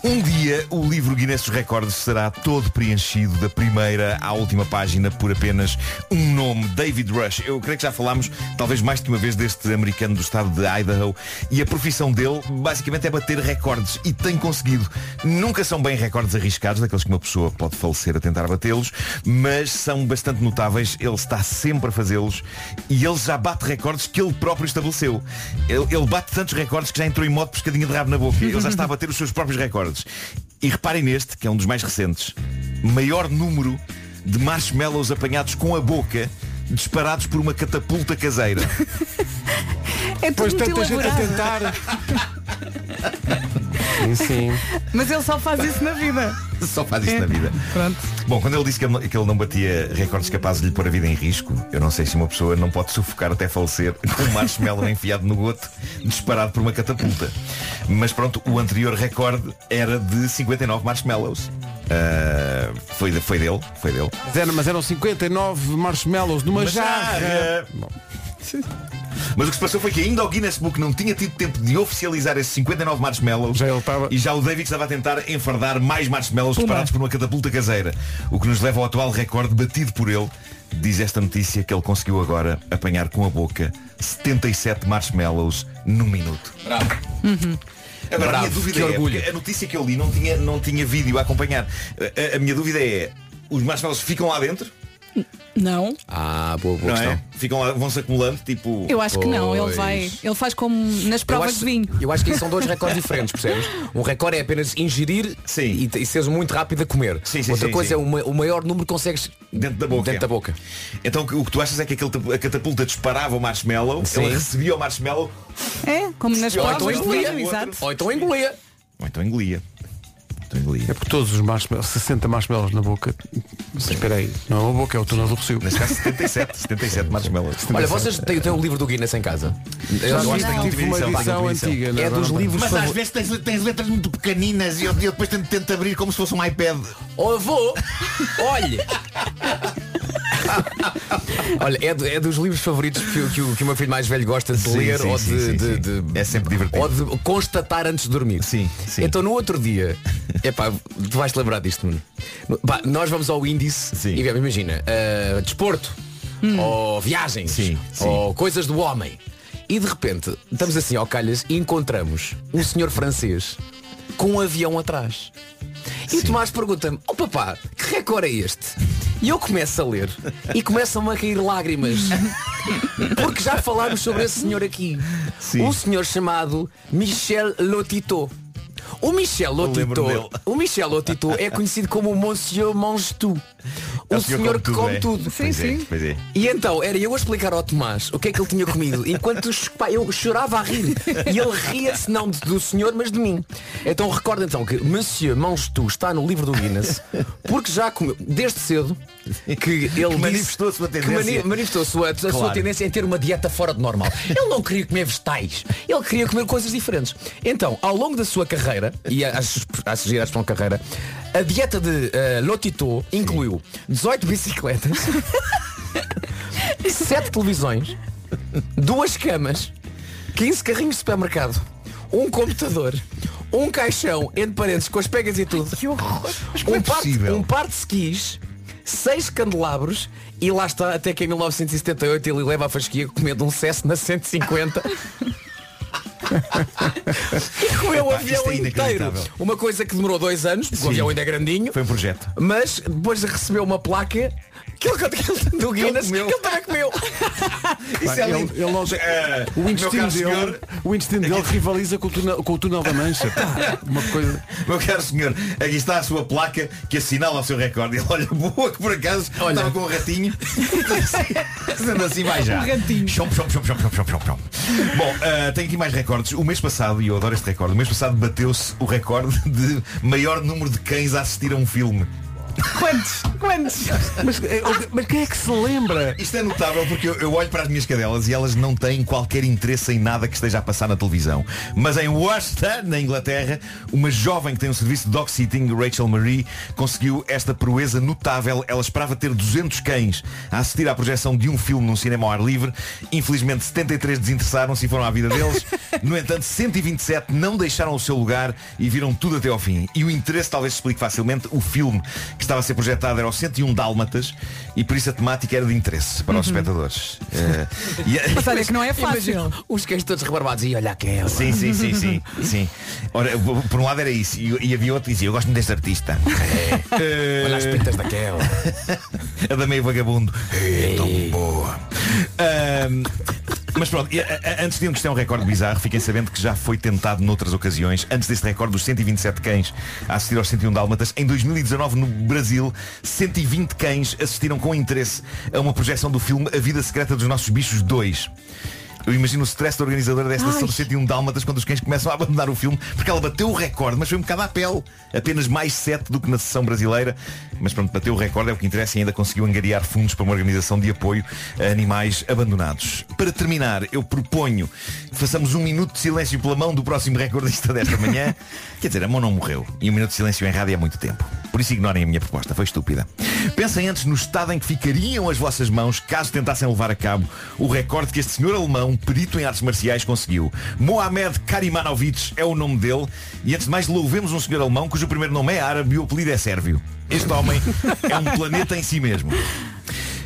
Speaker 7: um dia o livro Guinness dos Recordes será todo preenchido da primeira à última página por apenas um nome, David Rush. Eu creio que já falámos talvez mais de uma vez deste americano do estado de Idaho e a profissão dele basicamente é bater recordes e tem conseguido. Nunca são bem recordes arriscados, daqueles que uma pessoa pode falecer a tentar batê-los, mas são bastante notáveis. Ele está sempre a fazê-los e ele já bate recordes que ele próprio estabeleceu. Ele, ele bate tantos recordes que já entrou em modo pescadinha de rabo na boca. Ele já está a bater os seus próprios recordes. E reparem neste, que é um dos mais recentes, maior número de marshmallows apanhados com a boca disparados por uma catapulta caseira.
Speaker 3: É tudo
Speaker 1: Pois
Speaker 3: muito
Speaker 1: tanta gente a
Speaker 3: elaborado.
Speaker 1: tentar. sim, sim.
Speaker 3: Mas ele só faz isso na vida.
Speaker 7: Só faz isso na vida.
Speaker 3: Pronto.
Speaker 7: Bom, quando ele disse que ele, que ele não batia recordes capazes de lhe pôr a vida em risco, eu não sei se uma pessoa não pode sufocar até falecer com um marshmallow enfiado no goto, disparado por uma catapulta. Mas pronto, o anterior recorde era de 59 marshmallows. Ah, foi, de- foi dele, foi dele.
Speaker 1: Mas eram- Mas eram 59 marshmallows numa jarra.
Speaker 7: Bom. é. Mas o que se passou foi que ainda o Guinness Book não tinha tido tempo de oficializar esses 59 marshmallows
Speaker 1: Já ele estava-
Speaker 7: e já o David estava a tentar enfardar mais marshmallows disparados por uma catapulta caseira. O que nos leva ao atual recorde batido por ele, diz esta notícia que ele conseguiu agora apanhar com a boca 77 marshmallows num minuto. Agora, a minha
Speaker 6: Bravo,
Speaker 7: dúvida
Speaker 6: que
Speaker 7: é,
Speaker 6: orgulho.
Speaker 7: porque a notícia que eu li não tinha, não tinha vídeo a acompanhar. A, a- a minha dúvida é, os marshmallows ficam lá dentro?
Speaker 3: Não,
Speaker 6: Ah, boa, boa
Speaker 7: Não
Speaker 6: questão.
Speaker 7: é? Ficam lá, vão-se acumulando, tipo.
Speaker 3: eu acho que não. Ele
Speaker 6: Pois.
Speaker 3: vai. Ele faz como nas
Speaker 6: Eu
Speaker 3: provas
Speaker 6: acho-
Speaker 3: de vinho.
Speaker 6: Eu acho que são dois recordes diferentes, percebes? Um recorde é apenas ingerir
Speaker 7: Sim.
Speaker 6: e, e seres muito rápido a comer.
Speaker 7: Sim, sim,
Speaker 6: Outra
Speaker 7: sim,
Speaker 6: coisa
Speaker 7: sim.
Speaker 6: é o, ma- o maior número que consegues
Speaker 7: Dentro da boca.
Speaker 6: Dentro da boca.
Speaker 7: Então o que tu achas é que aquele, tap- a catapulta disparava o marshmallow,
Speaker 6: Sim.
Speaker 7: ele recebia o marshmallow,
Speaker 3: É, como nas
Speaker 6: Ou
Speaker 3: provas
Speaker 6: então
Speaker 3: de vinho,
Speaker 6: engolia.
Speaker 3: exato.
Speaker 6: Ou então engolia.
Speaker 7: ou então engolia. Então engolia.
Speaker 1: É porque todos os marshmallows, 60 marshmallows na boca. Espera aí, não é a boca, é o túnel do Rocio.
Speaker 7: Neste caso 77, 77 marshmallows.
Speaker 6: Olha, vocês têm, têm o livro do Guinness em casa? Eu
Speaker 7: acho que tem
Speaker 1: Tive uma
Speaker 7: última edição, pá,
Speaker 1: edição
Speaker 7: última edição.
Speaker 1: antiga, não
Speaker 6: É dos
Speaker 1: Agora-
Speaker 6: livros
Speaker 8: Mas às
Speaker 6: favor-
Speaker 8: vezes tens, tens letras muito pequeninas e eu, eu depois tento, tento abrir como se fosse um iPad.
Speaker 6: Oh, avô! Olhe! Olha, é, do- é dos livros favoritos que, o- que, o- que o meu filho mais velho gosta de
Speaker 7: Sim,
Speaker 6: ler
Speaker 7: sim,
Speaker 6: ou,
Speaker 7: sim,
Speaker 6: de,
Speaker 7: sim,
Speaker 6: de-
Speaker 7: sim.
Speaker 6: de-
Speaker 7: É sempre divertido.
Speaker 6: ou de constatar antes de dormir.
Speaker 7: Sim, sim.
Speaker 6: Então no outro dia, epá, tu vais-te lembrar disto, Nuno. No- pá, nós vamos ao índice
Speaker 7: Sim.
Speaker 6: e vemos, imagina, ah, desporto, ou viagens,
Speaker 7: Sim, sim.
Speaker 6: ou coisas do homem. E de repente, estamos assim ao calhas e encontramos um senhor francês com um avião atrás. E o Tomás pergunta-me, oh papá, que recorde é este? E eu começo a ler e começam-me a cair lágrimas. Porque já falámos sobre esse senhor aqui. Um senhor chamado Michel Lotito. O Michel
Speaker 7: dele.
Speaker 6: Lotito, o Michel Lotito é conhecido como o Monsieur Mange Tout.
Speaker 7: É
Speaker 6: O, Um senhor, que come tudo.
Speaker 7: Pois é, pois é.
Speaker 6: E então, era eu a explicar ao Tomás o que é que ele tinha comido, enquanto os- pá, eu chorava a rir. E ele ria-se não de- do senhor, mas de mim. Então recorda então que Monsieur Monstu está no livro do Guinness, porque já comeu, desde cedo, que ele
Speaker 7: manifestou a sua
Speaker 6: que
Speaker 7: tendência.
Speaker 6: mani- manifestou a sua, a sua
Speaker 7: Claro.
Speaker 6: tendência em ter uma dieta fora do normal. Ele não queria comer vegetais, ele queria comer coisas diferentes. Então, ao longo da sua carreira, e acho acho gira a expressão carreira, a dieta de eh, Lotito incluiu 18 bicicletas, 7 televisões, duas camas, 15 carrinhos de supermercado, um computador, um caixão, entre parênteses, com as pegas e tudo. Que horror!
Speaker 7: é
Speaker 6: Um par, de- um par de skis, seis candelabros e lá está até que em 1978 ele leva a fasquia comendo um cesso na 150. e comeu o
Speaker 7: Epá,
Speaker 6: avião
Speaker 7: isto é
Speaker 6: inteiro.
Speaker 7: inacreditável.
Speaker 6: Uma coisa que demorou dois anos, porque o
Speaker 7: Sim.
Speaker 6: avião ainda é grandinho.
Speaker 7: Foi um projeto.
Speaker 6: Mas depois recebeu uma placa que ele, que ele- do Guinness que ele também comeu. é
Speaker 1: Pá, ele- ele não-
Speaker 7: Ah, É,
Speaker 1: o, intestino dele, o intestino dele rivaliza com o, túnel, com o túnel da Mancha. Pá, Uma coisa.
Speaker 7: Meu caro senhor, aqui está a sua placa que assinala o seu recorde. Ele olha, boa, que por acaso estava com um ratinho. Sendo assim vai já.
Speaker 12: Um
Speaker 7: ratinho. Chomp, chomp, chomp, chomp, chomp, chomp, chomp, chomp. Bom, ah, tenho aqui mais recordes. O mês passado, e eu adoro este recorde, o mês passado bateu-se o recorde de maior número de cães a assistir a um filme.
Speaker 1: Quantos? Quantos? Mas, eh, mas quem é que se lembra?
Speaker 7: Isto é notável porque eu, eu olho para as minhas cadelas e elas não têm qualquer interesse em nada que esteja a passar na televisão. Mas em Worcester, na Inglaterra, uma jovem que tem um serviço de dog sitting, Rachel Marie, conseguiu esta proeza notável. Ela esperava ter 200 cães a assistir à projeção de um filme num cinema ao ar livre. Infelizmente, 73 desinteressaram-se e foram à vida deles. No entanto, 127 não deixaram o seu lugar e viram tudo até ao fim. E o interesse talvez se explique facilmente. O filme que estava a ser projetado era o 101 Dálmatas e por isso a temática era de interesse para os
Speaker 6: Uhum.
Speaker 7: espectadores. Eh, e a-
Speaker 3: é
Speaker 6: Imagina, os cães todos rebarbados e olha quem é.
Speaker 7: Sim, sim, sim, sim, sim. Ora, por um lado era isso. E, e havia outro que dizia, eu gosto muito deste artista. Eh,
Speaker 6: Olha as pintas daquela.
Speaker 7: a da meio vagabundo. É tão boa. Ahm, mas pronto, e, a- a- antes de um que isto é um recorde bizarro, fiquem sabendo que já foi tentado noutras ocasiões, antes deste recorde dos 127 cães a assistir aos 101 dálmatas, em 2019 no Brasil, 120 cães assistiram com interesse a uma projeção do filme A Vida Secreta dos Nossos Bichos 2. Eu imagino o stress da organizadora desta
Speaker 13: Ai.
Speaker 7: sessão de 101 dálmatas quando os cães começam a abandonar o filme, porque ela bateu o recorde, mas foi um bocado à pele. Apenas mais 7 do que na sessão brasileira. Mas pronto, bateu o recorde, é o que interessa e ainda conseguiu angariar fundos para uma organização de apoio a animais abandonados. Para terminar, eu proponho que façamos um minuto de silêncio pela mão do próximo recordista desta manhã. Quer dizer, a mão não morreu. E um minuto de silêncio em rádio é muito tempo. Por isso ignorem a minha proposta, foi estúpida. Pensem antes no estado em que ficariam as vossas mãos caso tentassem levar a cabo o recorde que este senhor alemão, perito em artes marciais, conseguiu. Mohamed Karimanovic é o nome dele e antes de mais louvemos um senhor alemão cujo primeiro nome é árabe e o apelido é sérvio. Este homem é um planeta em si mesmo.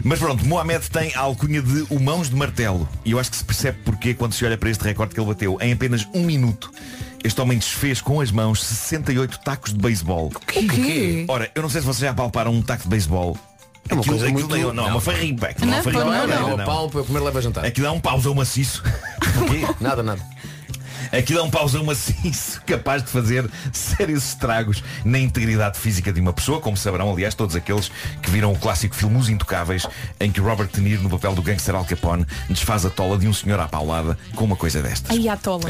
Speaker 7: Mas pronto, Mohamed tem a alcunha de o mãos de martelo. E eu acho que se percebe porquê quando se olha para este recorde que ele bateu. Em apenas um minuto, este homem desfez com as mãos 68 tacos de beisebol. O
Speaker 14: O quê?
Speaker 7: Ora, eu não sei se vocês já palparam um taco de beisebol.
Speaker 6: É uma
Speaker 7: Aquilo-
Speaker 6: coisa
Speaker 7: aquilo
Speaker 6: muito-
Speaker 7: é- Não, é
Speaker 6: não.
Speaker 7: uma farripa. Aquilo é
Speaker 6: Não,
Speaker 7: uma farripa.
Speaker 6: não, não,
Speaker 7: Não,
Speaker 6: uma
Speaker 7: não.
Speaker 6: palpa, eu comer leva jantar.
Speaker 7: Aquilo é um pausão maciço.
Speaker 6: nada, nada.
Speaker 7: Aquilo é um pausão maciço capaz de fazer sérios estragos na integridade física de uma pessoa, como saberão, aliás, todos aqueles que viram o clássico filme Os Intocáveis, em que o Robert De Niro, no papel do gangster Al Capone, desfaz a tola de um senhor à paulada com uma coisa desta.
Speaker 3: Aí à tola.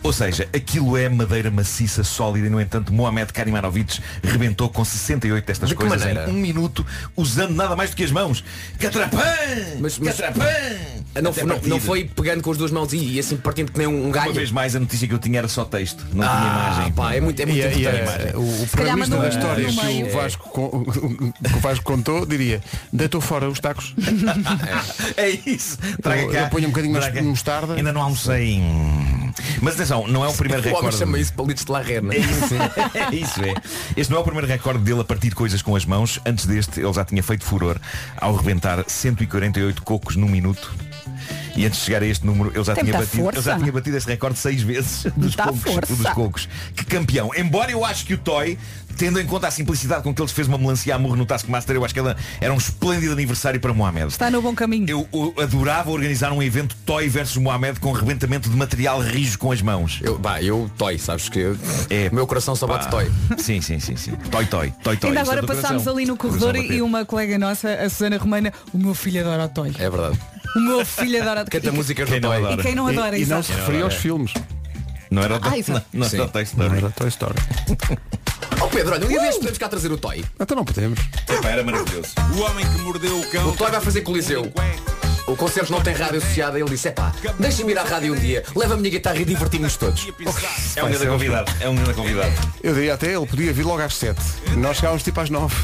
Speaker 7: Ou seja, aquilo é madeira maciça, sólida e, no entanto, Mohamed Karimanovic rebentou com 68 destas
Speaker 6: De que
Speaker 7: coisas
Speaker 6: maneira?
Speaker 7: em um minuto, usando nada mais do que as mãos. Catrapã!
Speaker 6: Mas, mas-
Speaker 7: Catrapã!
Speaker 6: Ah, Não,
Speaker 7: Até
Speaker 6: foi- não-
Speaker 7: partido.
Speaker 6: não foi pegando com as duas mãos e, e assim partindo que nem um, um galho.
Speaker 7: Uma vez mais a notícia que eu tinha era só texto, não tinha
Speaker 6: Ah,
Speaker 7: imagem.
Speaker 6: pá, é muito- é muito
Speaker 7: E a- e a-
Speaker 6: importante.
Speaker 7: imagem.
Speaker 1: O, o protagonista da história que o, Vasco, con- que o Vasco contou diria, deitou fora os tacos.
Speaker 7: É isso.
Speaker 1: Eu-
Speaker 7: Traga cá.
Speaker 1: eu ponho um bocadinho mais
Speaker 7: Traga.
Speaker 1: de mostarda.
Speaker 7: Ainda não almocei. Mas atenção, não é o primeiro
Speaker 6: O homem
Speaker 7: recorde.
Speaker 6: chama isso palitos de né? larrena.
Speaker 7: É isso, é isso, é. Este não é o primeiro recorde dele a partir de coisas com as mãos. Antes deste, ele já tinha feito furor ao rebentar 148 cocos num minuto. E antes de chegar a este número, eu já,
Speaker 15: Tem
Speaker 7: tinha
Speaker 15: muita
Speaker 7: batido, eu
Speaker 15: força.
Speaker 7: já tinha batido este recorde seis vezes dos
Speaker 15: Muita
Speaker 7: cocos,
Speaker 15: força.
Speaker 7: o dos cocos. Que campeão. Embora eu acho que o Toy, tendo em conta a simplicidade com que ele fez uma melancia à murro no Taskmaster, eu acho que ela era um esplêndido aniversário para Mohamed.
Speaker 3: Está no bom caminho.
Speaker 7: Eu, eu adorava organizar um evento Toy versus Mohamed com rebentamento de material rijo com as mãos. Eu, bah, eu Toy, sabes que é, o meu coração só
Speaker 6: bate Toy.
Speaker 7: Sim, sim, sim, sim. Toy, Toy, Toy, Toy.
Speaker 3: Ainda
Speaker 7: Isto é
Speaker 3: agora
Speaker 7: do
Speaker 3: passámos
Speaker 7: coração.
Speaker 3: ali no
Speaker 7: Do coração
Speaker 3: corredor
Speaker 7: a bater.
Speaker 3: e uma colega nossa, a Susana Romana, o meu filho adora o Toy.
Speaker 6: É verdade.
Speaker 3: O meu filho adora o Toy. E-
Speaker 1: Quem não adora?
Speaker 3: E quem não adora,
Speaker 1: E, e não
Speaker 3: exato.
Speaker 1: se referia aos filmes.
Speaker 7: Não era
Speaker 1: o
Speaker 3: Ah, isso é.
Speaker 7: não era o Toy Story.
Speaker 1: Não era o Toy Story.
Speaker 6: Oh Pedro, olha, um dia destes podemos cá trazer o Toy.
Speaker 1: Então não podemos.
Speaker 7: era maravilhoso. É um
Speaker 6: O homem que mordeu o cão. é O Toy vai fazer coliseu. O concerto não tem rádio associada, ele disse, epá, deixa-me ir à rádio um dia, leva a minha guitarra e divertimos-nos todos.
Speaker 7: É um grande convidado. É um grande convidado.
Speaker 1: Eu diria até, ele podia vir logo às 7. Nós chegávamos tipo às 9.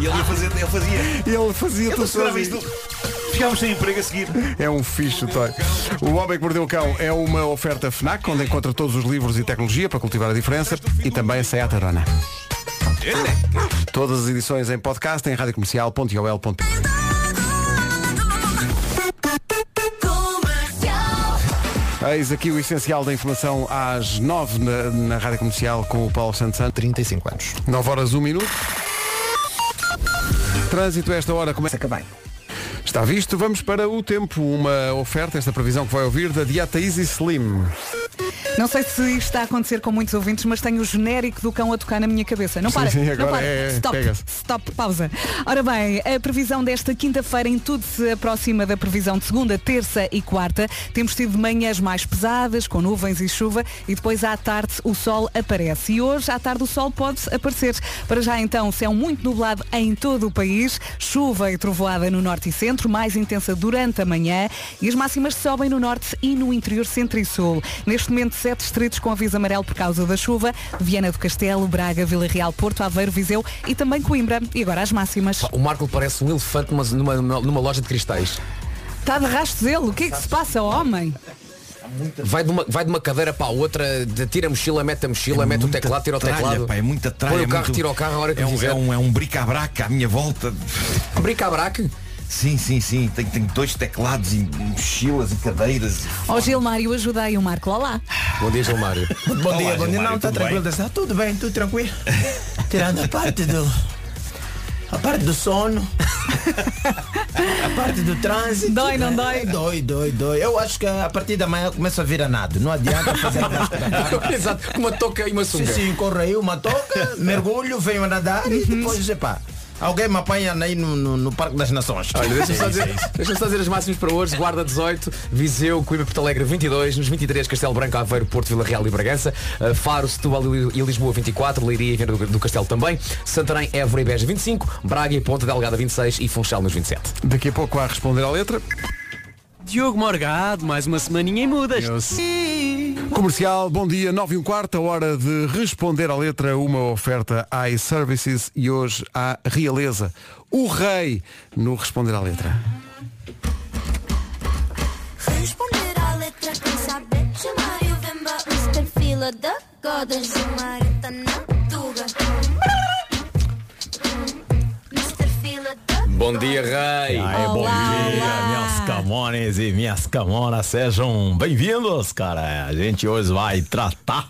Speaker 7: E ele ia fazer, ele fazia.
Speaker 1: Ele fazia tudo
Speaker 7: segurava
Speaker 1: sozinho.
Speaker 7: isto. Ficámos sem emprego a seguir.
Speaker 1: É um fixe o Toy. O Homem que Mordeu o Cão é uma oferta FNAC, onde encontra todos os livros e tecnologia para cultivar a diferença e também a Seat Arona. Todas as edições em podcast em radiocomercial.ol.pt Eis aqui o essencial da informação às 9 na, na Rádio Comercial com o Paulo Santos Santos. 35 anos. 9 horas 1 minuto. Trânsito a esta hora começa a acabar. Está visto, vamos para o tempo. Uma oferta, esta previsão que vai ouvir, da Dieta Easy Slim.
Speaker 3: Não sei se isto está a acontecer com muitos ouvintes, mas tenho o genérico do cão a tocar na minha cabeça. Não
Speaker 1: Sim,
Speaker 3: para,
Speaker 1: sim,
Speaker 3: não
Speaker 1: agora
Speaker 3: para.
Speaker 1: é-
Speaker 3: stop,
Speaker 1: pega-se.
Speaker 3: stop, pausa. Ora bem, a previsão desta quinta-feira em tudo se aproxima da previsão de segunda, terça e quarta. Temos tido manhãs mais pesadas, com nuvens e chuva, e depois à tarde o sol aparece. E hoje à tarde o sol pode aparecer. Para já então, céu muito nublado em todo o país, chuva e trovoada no norte e centro, mais intensa durante a manhã, e as máximas sobem no norte e no interior centro e sul. Neste momento, sete distritos com aviso amarelo por causa da chuva. Viana do Castelo, Braga, Vila Real, Porto, Aveiro, Viseu e também Coimbra. E agora as máximas.
Speaker 6: O Marco parece um elefante numa, numa- numa loja de cristais.
Speaker 3: Está de rastro dele. O que é que se passa, homem?
Speaker 6: Vai de, uma, vai de uma cadeira para a outra, de- tira a mochila, mete a mochila, mete o teclado, tira o
Speaker 7: É tralha,
Speaker 6: teclado.
Speaker 7: pá, é muita tralha,
Speaker 6: Põe
Speaker 7: é
Speaker 6: o carro,
Speaker 7: muito-
Speaker 6: tira o carro a hora que
Speaker 7: é um,
Speaker 6: quiser.
Speaker 7: é um, é um brica-braca à minha volta.
Speaker 6: Brica-braca?
Speaker 7: Sim, sim, sim. Tem, tem dois teclados e mochilas e cadeiras.
Speaker 3: Ó Gilmário, ajudei o Marco. Olá.
Speaker 6: Bom dia, Gilmário.
Speaker 16: Bom dia, bom dia. Não,
Speaker 7: está
Speaker 16: está tranquilo. tá Está tudo bem, tudo tranquilo. Tirando a parte do. A parte do sono. A parte do trânsito. Dói, não dói? Dói, dói, dói. Eu acho que a partir da manhã começa a vir a nada. Não adianta fazer
Speaker 6: Exato, com uma toca e uma sunga.
Speaker 16: Sim, sim, corro aí, uma toca, mergulho, venho a nadar e depois, epá. Alguém me apanha aí no, no, no Parque das Nações.
Speaker 6: Olha, deixa-me só, dizer- deixa-me só dizer as máximas para hoje. Guarda 18, Viseu, Coimbra, Porto Alegre 22, nos 23 Castelo Branco, Aveiro, Porto, Vila Real e Bragança, eh, Faro, Setúbal e e Lisboa 24, Leiria e Viana do, do Castelo também, Santarém, Évora e Beja 25, Braga e Ponta Delgada 26 e Funchal nos 27.
Speaker 1: Daqui a pouco há a responder à letra.
Speaker 17: Diogo Morgado, mais uma semaninha em mudas.
Speaker 1: Comercial, bom dia, 9 e um quarto, a hora de responder à letra, uma oferta iServices e hoje à realeza. O rei no responder à letra.
Speaker 10: Responder à letra quem sabe chamar e o Vemba os perfila da Goda Gilmarita na Tuga Mr. Fila da
Speaker 6: Bom dia, Rei!
Speaker 3: é
Speaker 18: Aê, bom dia, minhas camones e minhas camonas, sejam bem-vindos, cara. A gente hoje vai tratar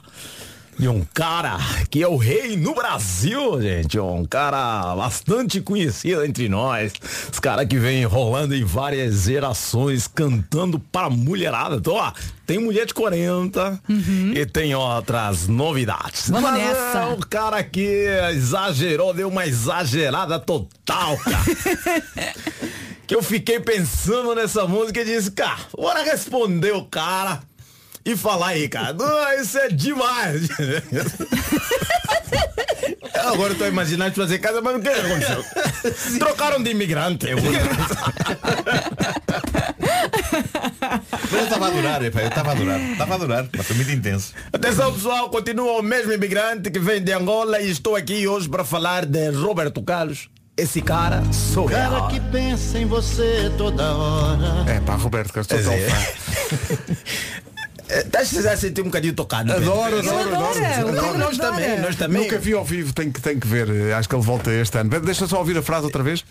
Speaker 18: de um cara que é o rei no Brasil, gente. Um cara bastante conhecido entre nós. Os cara que vem rolando em várias gerações, cantando para mulherada. Então, ó, tem mulher de 40 e tem outras novidades.
Speaker 17: Uhum. Vamos
Speaker 18: Mas,
Speaker 17: nessa.
Speaker 18: é, O cara aqui exagerou, deu uma exagerada total, cara. que eu fiquei pensando nessa música e disse, cara, bora responder o cara e falar aí, cara. Não, isso é demais. Agora eu tô imaginando te fazer casa, mas o que aconteceu? Trocaram de imigrante.
Speaker 7: Mas eu estava a adorar, epá, eu estava a adorar. Estava a adorar, mas foi muito intenso.
Speaker 18: Atenção pessoal, continua o mesmo imigrante que vem de Angola e estou aqui hoje para falar de Roberto Carlos. Esse cara sou eu.
Speaker 8: Cara que pensa em você toda hora.
Speaker 1: É pá, Roberto, que eu estou tão
Speaker 18: Estás a sentir um bocadinho tocado.
Speaker 1: Adoro,
Speaker 18: Pedro?
Speaker 1: adoro, adoro.
Speaker 18: Nós- Nós também, nós também.
Speaker 1: Nunca vi ao vivo, tenho que, tenho que ver. Acho que ele volta este ano. Deixa só ouvir a frase outra vez.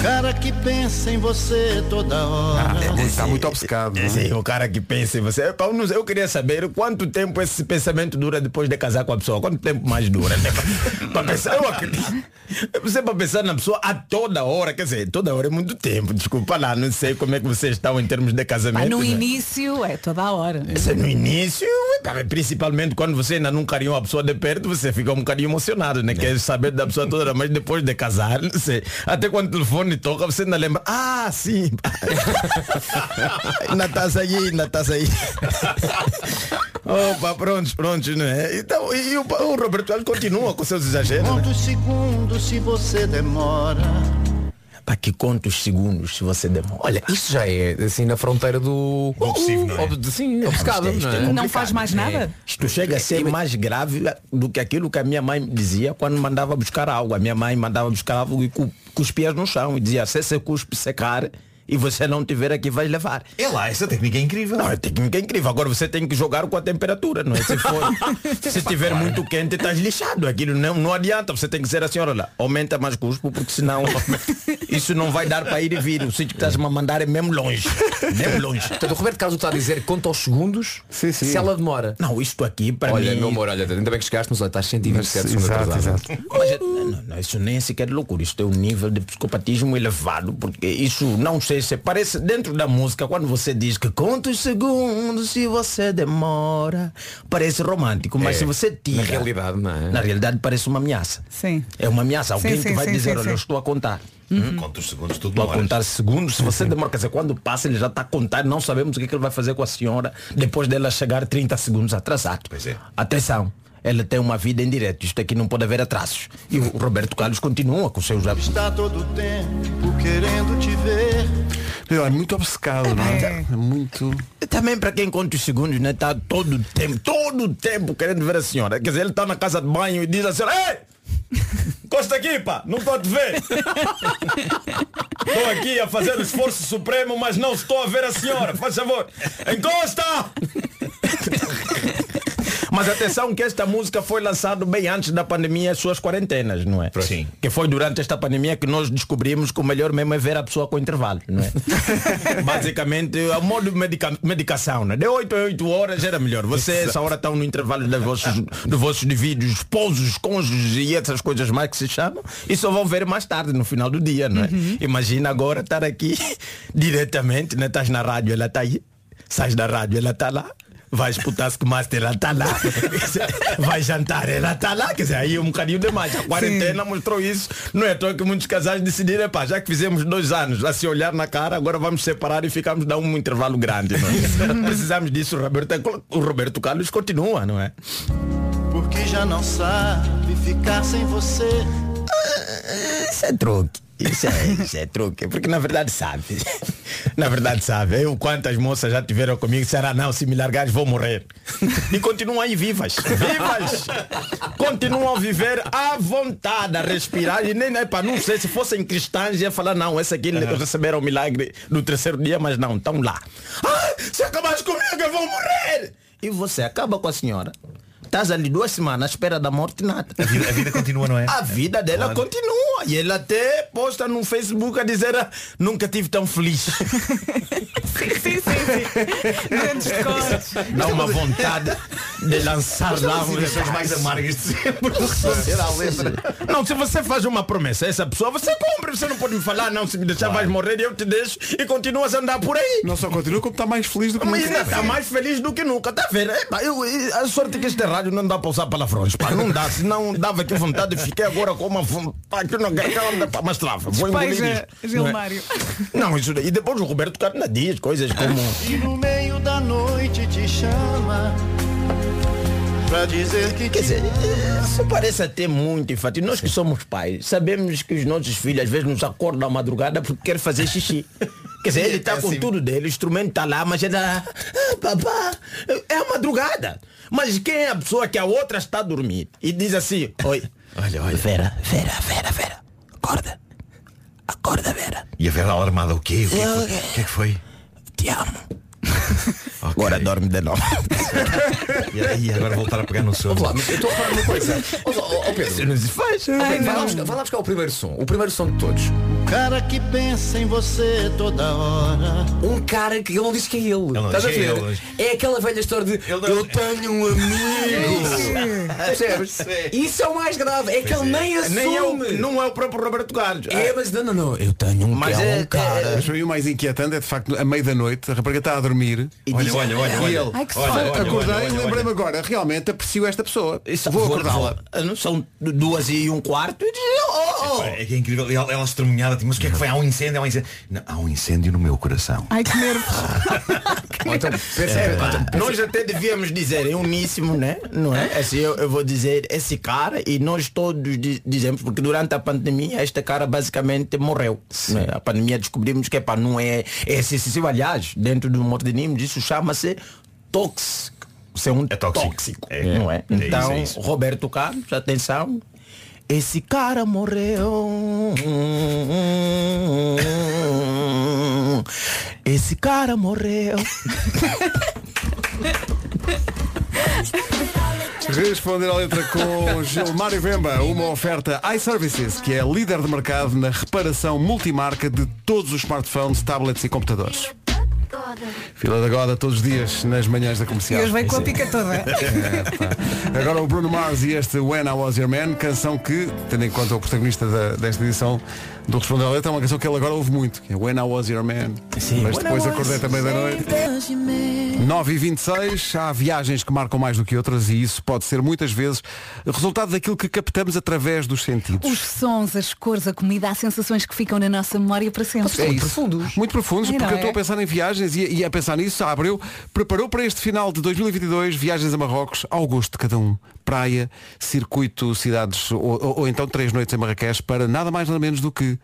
Speaker 15: cara que pensa em você toda hora.
Speaker 1: está muito obcecado.
Speaker 18: Sim, o cara que pensa em você. Pá, Eu, não sei, eu queria saber quanto tempo esse pensamento dura depois de casar com a pessoa. Quanto tempo mais dura? Né? Pra pensar, eu acredito. Você para pensar na pessoa a toda hora, quer dizer, toda hora é muito tempo. Desculpa lá, não sei como é que vocês estão em termos de casamento.
Speaker 3: Pá, no
Speaker 18: né?
Speaker 3: início é toda a hora.
Speaker 18: Isso é no início, epá, principalmente quando você ainda não carinhou a pessoa de perto, você fica um bocadinho emocionado,
Speaker 6: É.
Speaker 18: né? Quer saber da pessoa toda, hora, mas depois de casar, não sei. Até quando o telefone toca, você ainda lembra, ah, sim. ainda estás aí, ainda estás aí. Opa, prontos, prontos, não é? Então, e o, o Roberto ele continua com seus exageros. né?
Speaker 15: Quantos segundos se você demora?
Speaker 18: Para que quantos segundos se você demora? Olha,
Speaker 6: Isso já é assim na fronteira do. Obsessivo,
Speaker 18: não é?
Speaker 6: Sim, obcecado.
Speaker 18: Isto é
Speaker 6: não é?
Speaker 18: complicado, né? Isto chega a ser mais grave do que aquilo que a minha mãe me dizia quando mandava buscar algo. A minha mãe mandava buscar algo e cu- cuspia no chão e dizia, se você cuspe secar e você não tiver aqui, vais levar.
Speaker 7: É lá, essa técnica é incrível.
Speaker 18: Não, a técnica é incrível. Agora você tem que jogar com a temperatura, não é? Se for, se tiver muito quente, estás lixado. Aquilo não, não adianta. Você tem que dizer assim, olha lá, aumenta mais cuspo, porque senão isso não vai dar para ir e vir. O sítio que estás a mandar é mesmo longe. Mesmo longe.
Speaker 6: Portanto, o Roberto Carlos está a dizer quanto aos segundos se ela demora.
Speaker 18: Não, isto aqui para
Speaker 6: olha,
Speaker 18: mim-
Speaker 6: meu amor, olha, ainda bem que chegaste-nos, olha, estás 127 segundos
Speaker 18: Exato,
Speaker 6: atrasado.
Speaker 18: Mas, eh, não, não, isso nem é sequer loucura, isso tem um nível de psicopatismo elevado, porque isso não sei se parece dentro da música, quando você diz que quantos segundos se você demora, parece romântico, mas
Speaker 6: É,
Speaker 18: se você tira.
Speaker 6: na realidade, não é?
Speaker 18: Na realidade parece uma ameaça.
Speaker 3: Sim.
Speaker 18: É uma ameaça. Alguém
Speaker 3: Sim,
Speaker 18: que
Speaker 3: sim,
Speaker 18: vai
Speaker 3: sim, sim,
Speaker 18: dizer, olha,
Speaker 3: sim. Uhum.
Speaker 18: eu estou a contar.
Speaker 7: Hum? Conta os segundos, tudo Uhum.
Speaker 18: Estou a contar segundos, se você demora, quer dizer, quando passa ele já está a contar, não sabemos o que, que ele vai fazer com a senhora depois dela chegar 30 segundos atrasado.
Speaker 7: é.
Speaker 18: Atenção, ela tem uma vida em direto, isto aqui não pode haver atrasos. E o Roberto Carlos continua com seus lábios.
Speaker 15: Está todo o tempo querendo te ver.
Speaker 1: É muito obcecado, não é? É muito.
Speaker 18: Também para quem conta os segundos, né? Está todo o tempo, todo o tempo querendo ver a senhora. Quer dizer, ele está na casa de banho e diz a senhora, ei! Costa aqui, pá, não estou a te ver. Estou aqui a fazer o esforço supremo, mas não estou a ver a senhora. Faz favor. Encosta! Mas atenção que esta música foi lançada bem antes da pandemia e as suas quarentenas, não é? Sim. Que foi durante esta pandemia que nós descobrimos que o melhor mesmo é ver a pessoa com intervalo, não é? Basicamente, é o modo de medica- medicação, né? De 8 a 8 horas era melhor. Você, essa hora, estão no intervalo dos vossos, dos vossos divíduos, esposos, cônjuges e essas coisas mais que se chamam, e só vão ver mais tarde, no final do dia, não é? Imagina agora estar aqui diretamente, né? Estás na rádio, ela está aí. Sais da rádio, ela está lá. Vai escutar que master, ela está lá. Vai jantar, ela está lá. Quer dizer, aí é um bocadinho demais. A quarentena mostrou isso. Não é à toa que muitos casais decidiram, pá, já que fizemos dois anos a se olhar na cara, agora vamos separar e ficamos dar um intervalo grande. não é? Precisamos disso, o Roberto, É o Roberto Carlos continua, não é?
Speaker 15: Porque já não sabe ficar sem você.
Speaker 18: Isso é truque. Isso é, isso é truque. Porque na verdade sabe. Na verdade sabe. Eu quantas moças já tiveram comigo, será não, se me largares vou morrer. E continuam aí vivas. Vivas! Continuam a viver à vontade, a respirar. E nem, nem para não sei se fossem cristãs ia falar, não, essa aqui receberam o milagre no terceiro dia, mas não, estão lá. Ah, se acabares comigo eu vou morrer! E você acaba com a senhora. Estás ali duas semanas à espera da morte nada. A
Speaker 7: vida, continua, não é?
Speaker 18: A vida dela
Speaker 7: Claro.
Speaker 18: continua. E ela até posta no Facebook a dizer "Ah, nunca tive tão feliz.
Speaker 3: Grandes cortes.
Speaker 18: Dá uma vontade de lançar
Speaker 7: Mas
Speaker 18: lá
Speaker 7: são as
Speaker 18: um
Speaker 7: emoções mais amargas de sempre.
Speaker 18: Não, se você faz uma promessa a essa pessoa, você cumpre, você não pode me falar, não, se me deixar vais morrer, eu te deixo e continuas a andar por aí.
Speaker 1: Não só continua como está mais feliz do que
Speaker 18: Mas
Speaker 1: nunca.
Speaker 18: ainda assim- está mais feliz do que nunca, tá vendo? Epá, eu- eu- a sorte é que este rádio não dá para usar palavrões, pá, não dá, senão dava aqui vontade, fiquei agora com uma vontade que eu não quero, pá, mas trava,
Speaker 1: um
Speaker 18: vou engolir
Speaker 3: Despeja,
Speaker 18: isto, não é?
Speaker 3: Gilmário.
Speaker 18: Não, isso daí. E depois o Roberto Carlos diz coisas como.
Speaker 15: E no meio da noite te chama. Pra dizer que
Speaker 18: Quer dizer, isso parece até muito infantil. Nós que somos pais, sabemos que os nossos filhos às vezes nos acordam à madrugada porque quer fazer xixi. Quer dizer,
Speaker 15: É
Speaker 18: ele está com
Speaker 15: assim.
Speaker 18: tudo dele, o instrumento está lá, mas ele ah, papá, é a madrugada. Mas quem é a pessoa que a outra está a dormir e diz assim, oi, olha, olha, Vera, Vera, Vera, Vera, acorda, acorda, Vera,
Speaker 7: E a Vera alarmada, o quê? O que é que foi? O que é que foi?
Speaker 18: te amo. Agora dorme de novo.
Speaker 7: E aí, agora voltar a pegar no sono.
Speaker 6: Eu estou a falar uma coisa. Ó, ó, ó, Pedro.
Speaker 18: Isso não se faz.
Speaker 6: Vai lá, buscar, vai lá buscar o primeiro som. O primeiro som de todos.
Speaker 15: Um cara que pensa em você toda hora.
Speaker 19: Um cara que ele não disse que é ele. Estás a
Speaker 15: diz que é
Speaker 19: ver?
Speaker 15: ele.
Speaker 19: É aquela velha história de eu tenho um amigo. Percebes? Isso é o mais grave, é que ele nem assume.
Speaker 18: Nem é o- não é o próprio Roberto Carlos.
Speaker 19: É, mas não, não, não. Eu tenho um
Speaker 1: Mas
Speaker 19: que é um
Speaker 1: é,
Speaker 19: cara.
Speaker 1: Mas para mim o mais inquietante é de facto a meio da noite, a rapariga está a dormir e
Speaker 7: Olha,
Speaker 1: diz-
Speaker 7: olha, olha,
Speaker 1: e
Speaker 7: olha.
Speaker 1: ele
Speaker 7: Ai, que
Speaker 1: "Olha,
Speaker 7: sorte." Olha,
Speaker 1: acordei
Speaker 7: olha,
Speaker 1: e
Speaker 7: olha,
Speaker 1: lembrei-me agora, realmente aprecio esta pessoa. vou
Speaker 7: vou-
Speaker 1: acordá-la.
Speaker 18: Ah, Não são duas e um quarto. oh."
Speaker 7: Epá, É que é incrível, ela, ela estremunhada, tipo, mas o que é que foi? Há um incêndio, há um incêndio. Não, há um incêndio no meu coração.
Speaker 3: Ai, que nervos.
Speaker 7: Então,
Speaker 18: Percebe? nós até devíamos dizer é uníssimo, né? Não é? Assim, eu, eu vou dizer esse cara e nós todos di- dizemos, porque durante a pandemia este cara basicamente morreu. não é? A pandemia descobrimos que epá, não é, é excessivo. Aliás, dentro do modernismo isso chama-se tóxico. Ser um tóxico. não é?
Speaker 7: é isso,
Speaker 18: Então,
Speaker 7: é isso.
Speaker 18: Roberto Carlos, atenção. Esse cara morreu. Esse cara morreu.
Speaker 1: Responder à letra com Gilmário Vemba, uma oferta iServices, que é líder de mercado na reparação multimarca de todos os smartphones, tablets e computadores. Fila da Goda todos os dias nas manhãs da comercial.
Speaker 3: E hoje vem com a pica toda.
Speaker 1: É, pá. Agora o Bruno Mars e este When I Was Your Man, canção que, tendo em conta o protagonista da- desta edição do Responder à Letra, é uma canção que ele agora ouve muito, que é When I Was Your Man. Mas depois acordei também da noite. 9 e 26 há viagens que marcam mais do que outras e isso pode ser muitas vezes resultado daquilo que captamos através dos sentidos.
Speaker 3: Os sons, as cores, a comida, há sensações que ficam na nossa memória para sempre.
Speaker 1: É isso. Muito profundos,
Speaker 3: É, não
Speaker 1: porque eu estou
Speaker 3: é?
Speaker 1: a pensar em viagens e, e a pensar nisso, a Abreu preparou para este final de 2022 viagens a Marrocos, ao gosto de cada um. Praia, circuito, cidades ou, ou- ou então três noites em Marrakech para nada mais nada menos do que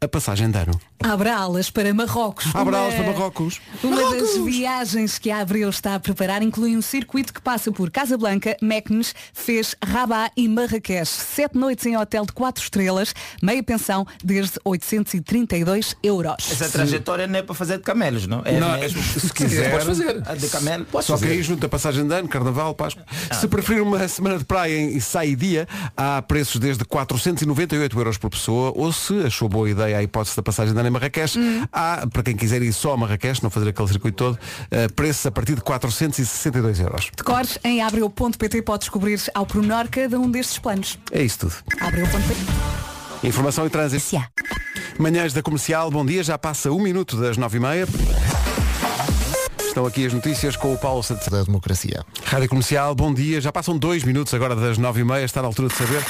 Speaker 1: a passagem de ano.
Speaker 3: Abra alas para Marrocos.
Speaker 1: Abra alas
Speaker 3: Uma-
Speaker 1: para Marrocos.
Speaker 3: Uma das viagens que a Abreu está a preparar inclui um circuito que passa por Casablanca, Meknes, Fez, Rabat e Marrakech. Sete noites em hotel de quatro estrelas, meia pensão desde 832 euros.
Speaker 18: Essa trajetória não é para fazer de camelos, não? É
Speaker 1: Não,
Speaker 18: mesmo.
Speaker 1: Se quiser,
Speaker 18: Podes fazer.
Speaker 7: ah,
Speaker 18: A de camelo, posso
Speaker 1: Só que aí
Speaker 18: fazer.
Speaker 1: junto da passagem de ano, carnaval, Páscoa. Se preferir uma semana de praia em Saidia, há preços desde 498 euros por pessoa, ou se achou boa ideia a hipótese da passagem de ano em Marrakech, há, para quem quiser ir só a Marrakech, não fazer aquele circuito todo, eh, preços a partir de 462 euros.
Speaker 3: De cores, em abreu.pt pode descobrir ao pormenor cada um destes planos.
Speaker 1: É isso tudo.
Speaker 3: Abreu.pt
Speaker 1: Informação e trânsito. Manhãs da Comercial, bom dia, já passa um minuto das nove e meia. Estão aqui as notícias com o Paulo Santos.
Speaker 8: Da democracia.
Speaker 1: Rádio Comercial, bom dia. Já passam dois minutos agora das nove e meia, está na altura de saber.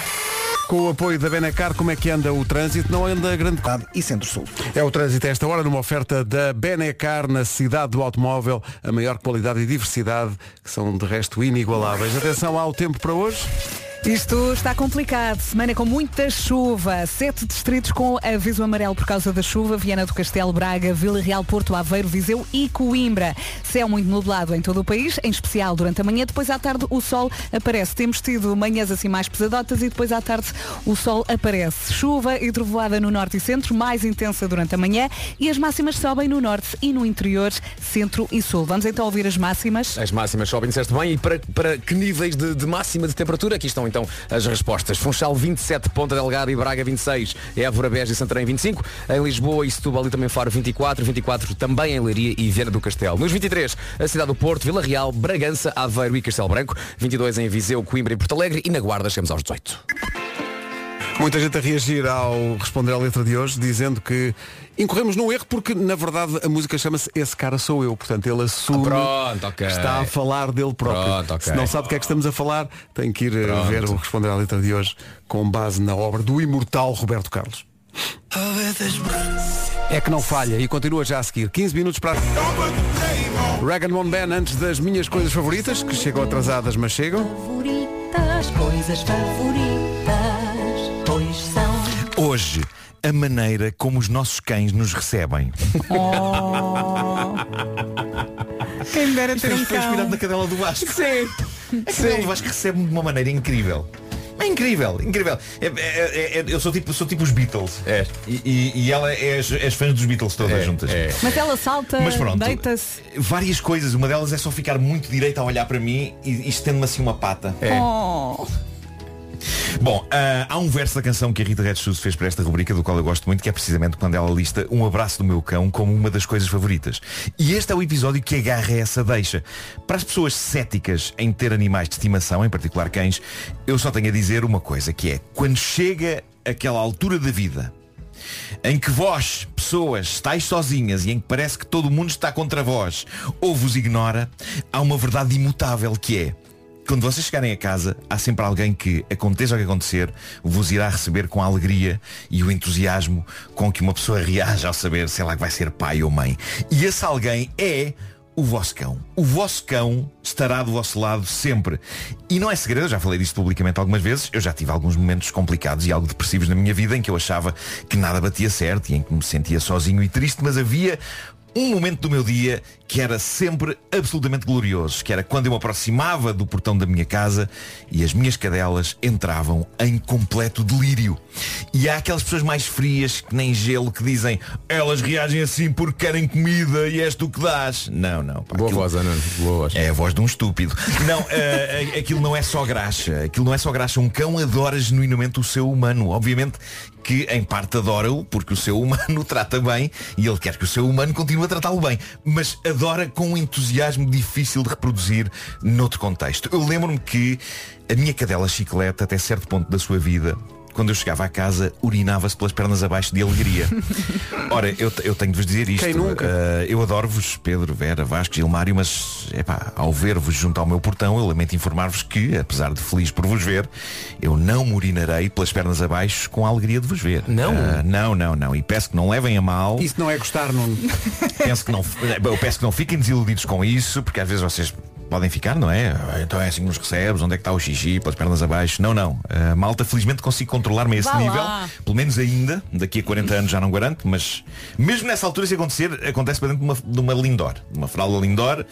Speaker 1: Com o apoio da Benacar, como é que anda o trânsito? Não anda grande
Speaker 2: e centro-sul.
Speaker 1: É o trânsito a esta hora numa oferta da Benacar na cidade do automóvel, a maior qualidade e diversidade, que são de resto inigualáveis. Atenção ao tempo para hoje.
Speaker 3: Isto está complicado. Semana com muita chuva. Sete distritos com aviso amarelo por causa da chuva. Viana do Castelo, Braga, Vila Real, Porto Aveiro, Viseu e Coimbra. Céu muito nublado em todo o país, em especial durante a manhã. Depois à tarde o sol aparece. Temos tido manhãs assim mais pesadotas e depois à tarde o sol aparece. Chuva e trovoada no norte e centro, mais intensa durante a manhã. E as máximas sobem no norte e no interior, centro e sul. Vamos então ouvir as máximas.
Speaker 6: As máximas sobem, disseste bem, e para, para que níveis de, de máxima de temperatura? Aqui estão então as respostas. Funchal 27, Ponta Delgada e Braga 26, Évora, Beja e Santarém 25, em Lisboa e Setúbal e também Faro 24, 24 também em Leiria e Viana do Castelo. Nos 23, a cidade do Porto, Vila Real, Bragança, Aveiro e Castelo Branco, 22 em Viseu, Coimbra e Porto Alegre e na Guarda chegamos aos 18.
Speaker 1: Muita gente a reagir ao responder à letra de hoje, dizendo que incorremos num erro porque, na verdade, a música chama-se Esse Cara Sou Eu. Portanto, ele assume
Speaker 6: Ah, pronto, ok.
Speaker 1: que está a falar dele próprio.
Speaker 6: Pronto, ok.
Speaker 1: Se não sabe do que é que estamos a falar, tem que ir eh,
Speaker 6: Pronto.
Speaker 1: ver o responder à letra de hoje com base na obra do imortal Roberto Carlos. É que não falha e continua já a seguir. 15 minutos para. Rag One Band antes das minhas coisas favoritas, que chegam atrasadas, mas chegam.
Speaker 9: Favoritas, coisas favoritas, pois são.
Speaker 7: Hoje, a maneira como os nossos cães nos recebem.
Speaker 3: Quem me dera ter um
Speaker 7: Foi inspirado na cadela do Vasco. Sim. A cadela do Vasco recebe-me de uma maneira incrível. É incrível, incrível. É- é- é- é- eu sou tipo, sou tipo os Beatles. É. E, e- e ela é as, as fãs dos Beatles todas juntas.
Speaker 3: Mas ela salta,
Speaker 7: Mas pronto.
Speaker 3: deita-se.
Speaker 7: Várias coisas. Uma é
Speaker 3: É.
Speaker 7: delas é só ficar muito direita a olhar para mim e, e estende-me assim uma pata.
Speaker 3: Oh.
Speaker 7: Bom, ah, há um verso da canção que a Rita Redshoes fez para esta rubrica, do qual eu gosto muito, que é precisamente quando ela lista um abraço do meu cão como uma das coisas favoritas. E este é o episódio que agarra essa deixa. Para as pessoas céticas em ter animais de estimação, em particular cães, eu só tenho a dizer uma coisa, que é quando chega aquela altura da vida em que vós, pessoas, estáis sozinhas e em que parece que todo mundo está contra vós ou vos ignora, há uma verdade imutável que é quando vocês chegarem a casa, há sempre alguém que, aconteça o que acontecer, vos irá receber com a alegria e o entusiasmo com que uma pessoa reage ao saber, sei lá, que vai ser pai ou mãe. E esse alguém é o vosso cão. O vosso cão estará do vosso lado sempre. E não é segredo, eu já falei disto publicamente algumas vezes, eu já tive alguns momentos complicados e algo depressivos na minha vida em que eu achava que nada batia certo e em que me sentia sozinho e triste, mas havia um momento do meu dia que era sempre absolutamente glorioso, que era quando eu me aproximava do portão da minha casa e as minhas cadelas entravam em completo delírio. E há aquelas pessoas mais frias que nem gelo que dizem elas reagem assim porque querem comida e és tu que dás. Não, não. Boa voz, Ana. Boa voz. É a voz de um estúpido. Não, eh, eh, aquilo não é só graxa. Aquilo não é só graxa. Um cão adora genuinamente o seu humano. Obviamente que em parte adora-o porque o seu humano o trata bem e ele quer que o seu humano continue a tratá-lo bem. Mas adora com um entusiasmo difícil de reproduzir noutro contexto. Eu lembro-me que a minha cadela chiclete, até certo ponto da sua vida, quando eu chegava à casa, urinava-se pelas pernas abaixo de alegria. Ora, eu, te- eu tenho de vos dizer isto.
Speaker 1: Quem nunca?
Speaker 7: Eh, eu adoro-vos, Pedro, Vera, Vasco, Gilmário, mas epá, ao ver-vos junto ao meu portão, eu lamento informar-vos que, apesar de feliz por vos ver, eu não me urinarei pelas pernas abaixo com a alegria de vos ver. Ah, Não? não, não, não. E peço que não levem a mal.
Speaker 1: Isso não é gostar, Nuno.
Speaker 7: Penso que não, eh, eu peço que não fiquem desiludidos com isso, porque às vezes vocês podem ficar, não é? Ah, Então é assim que nos recebes, onde é que está o xixi, pelas pernas abaixo. Não, não. A malta, felizmente, consigo controlar-me a esse
Speaker 20: Vá
Speaker 7: nível.
Speaker 20: lá.
Speaker 7: Pelo menos ainda. Daqui a 40 anos já não garanto, mas mesmo nessa altura, se acontecer, acontece para dentro de uma, de uma lindor. De uma fralda lindor.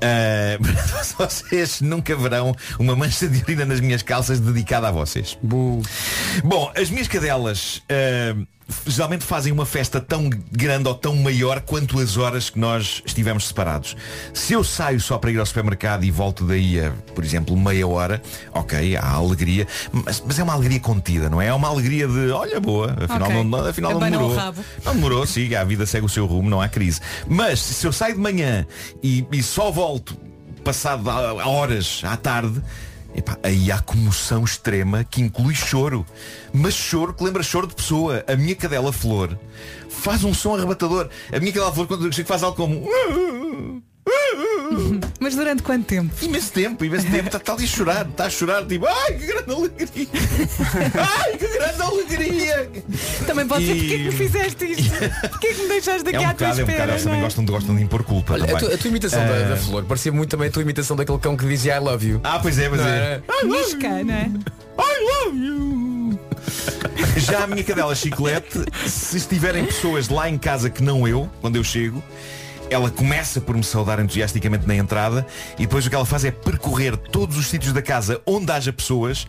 Speaker 7: Ah, vocês nunca verão uma mancha de urina nas minhas calças dedicada a vocês. Bom, as minhas cadelas ah, geralmente fazem uma festa tão grande ou tão maior quanto as horas que nós estivemos separados. Se eu saio só para ir ao supermercado e volto daí a, por exemplo, meia hora, ok, há alegria, mas, mas é uma alegria contida, não é? É uma alegria de, olha, boa, afinal
Speaker 20: Ok.
Speaker 7: não, afinal não
Speaker 20: Também não
Speaker 7: demorou.
Speaker 20: rabo.
Speaker 7: Não demorou, siga, a vida segue o seu rumo, não há crise. Mas se eu saio de manhã e, e só volto passado a- a horas à tarde, epá, aí há comoção extrema que inclui choro. Mas choro que lembra choro de pessoa. A minha cadela flor faz um som arrebatador. A minha cadela flor quando eu chego, faz algo como. "Uh,
Speaker 3: Mas durante quanto tempo?
Speaker 7: Imenso tempo, imenso tempo. Está ali a chorar, está a chorar, tipo, ai que grande alegria! ai que grande alegria!
Speaker 3: Também pode ser
Speaker 7: E-
Speaker 3: porque é que me fizeste isto? Porquê é que me deixaste aqui
Speaker 7: É um
Speaker 3: à tua
Speaker 7: bocado, é um bocado,
Speaker 3: espera? não
Speaker 7: eles também
Speaker 3: é?
Speaker 7: gostam de, gostam de impor culpa.
Speaker 6: Olha, a,
Speaker 7: também.
Speaker 6: tua, a tua imitação da,
Speaker 7: Ah,
Speaker 6: da Flor parecia muito também a tua imitação daquele cão que dizia I love you. Eh,
Speaker 7: Ah, pois é, pois
Speaker 6: Não
Speaker 7: é.
Speaker 3: Misca, não é?
Speaker 7: I love you! Já a minha cadela chiclete, se estiverem pessoas lá em casa que não eu, quando eu chego, ela começa por me saudar entusiasticamente na entrada e depois o que ela faz é percorrer todos os sítios da casa onde haja pessoas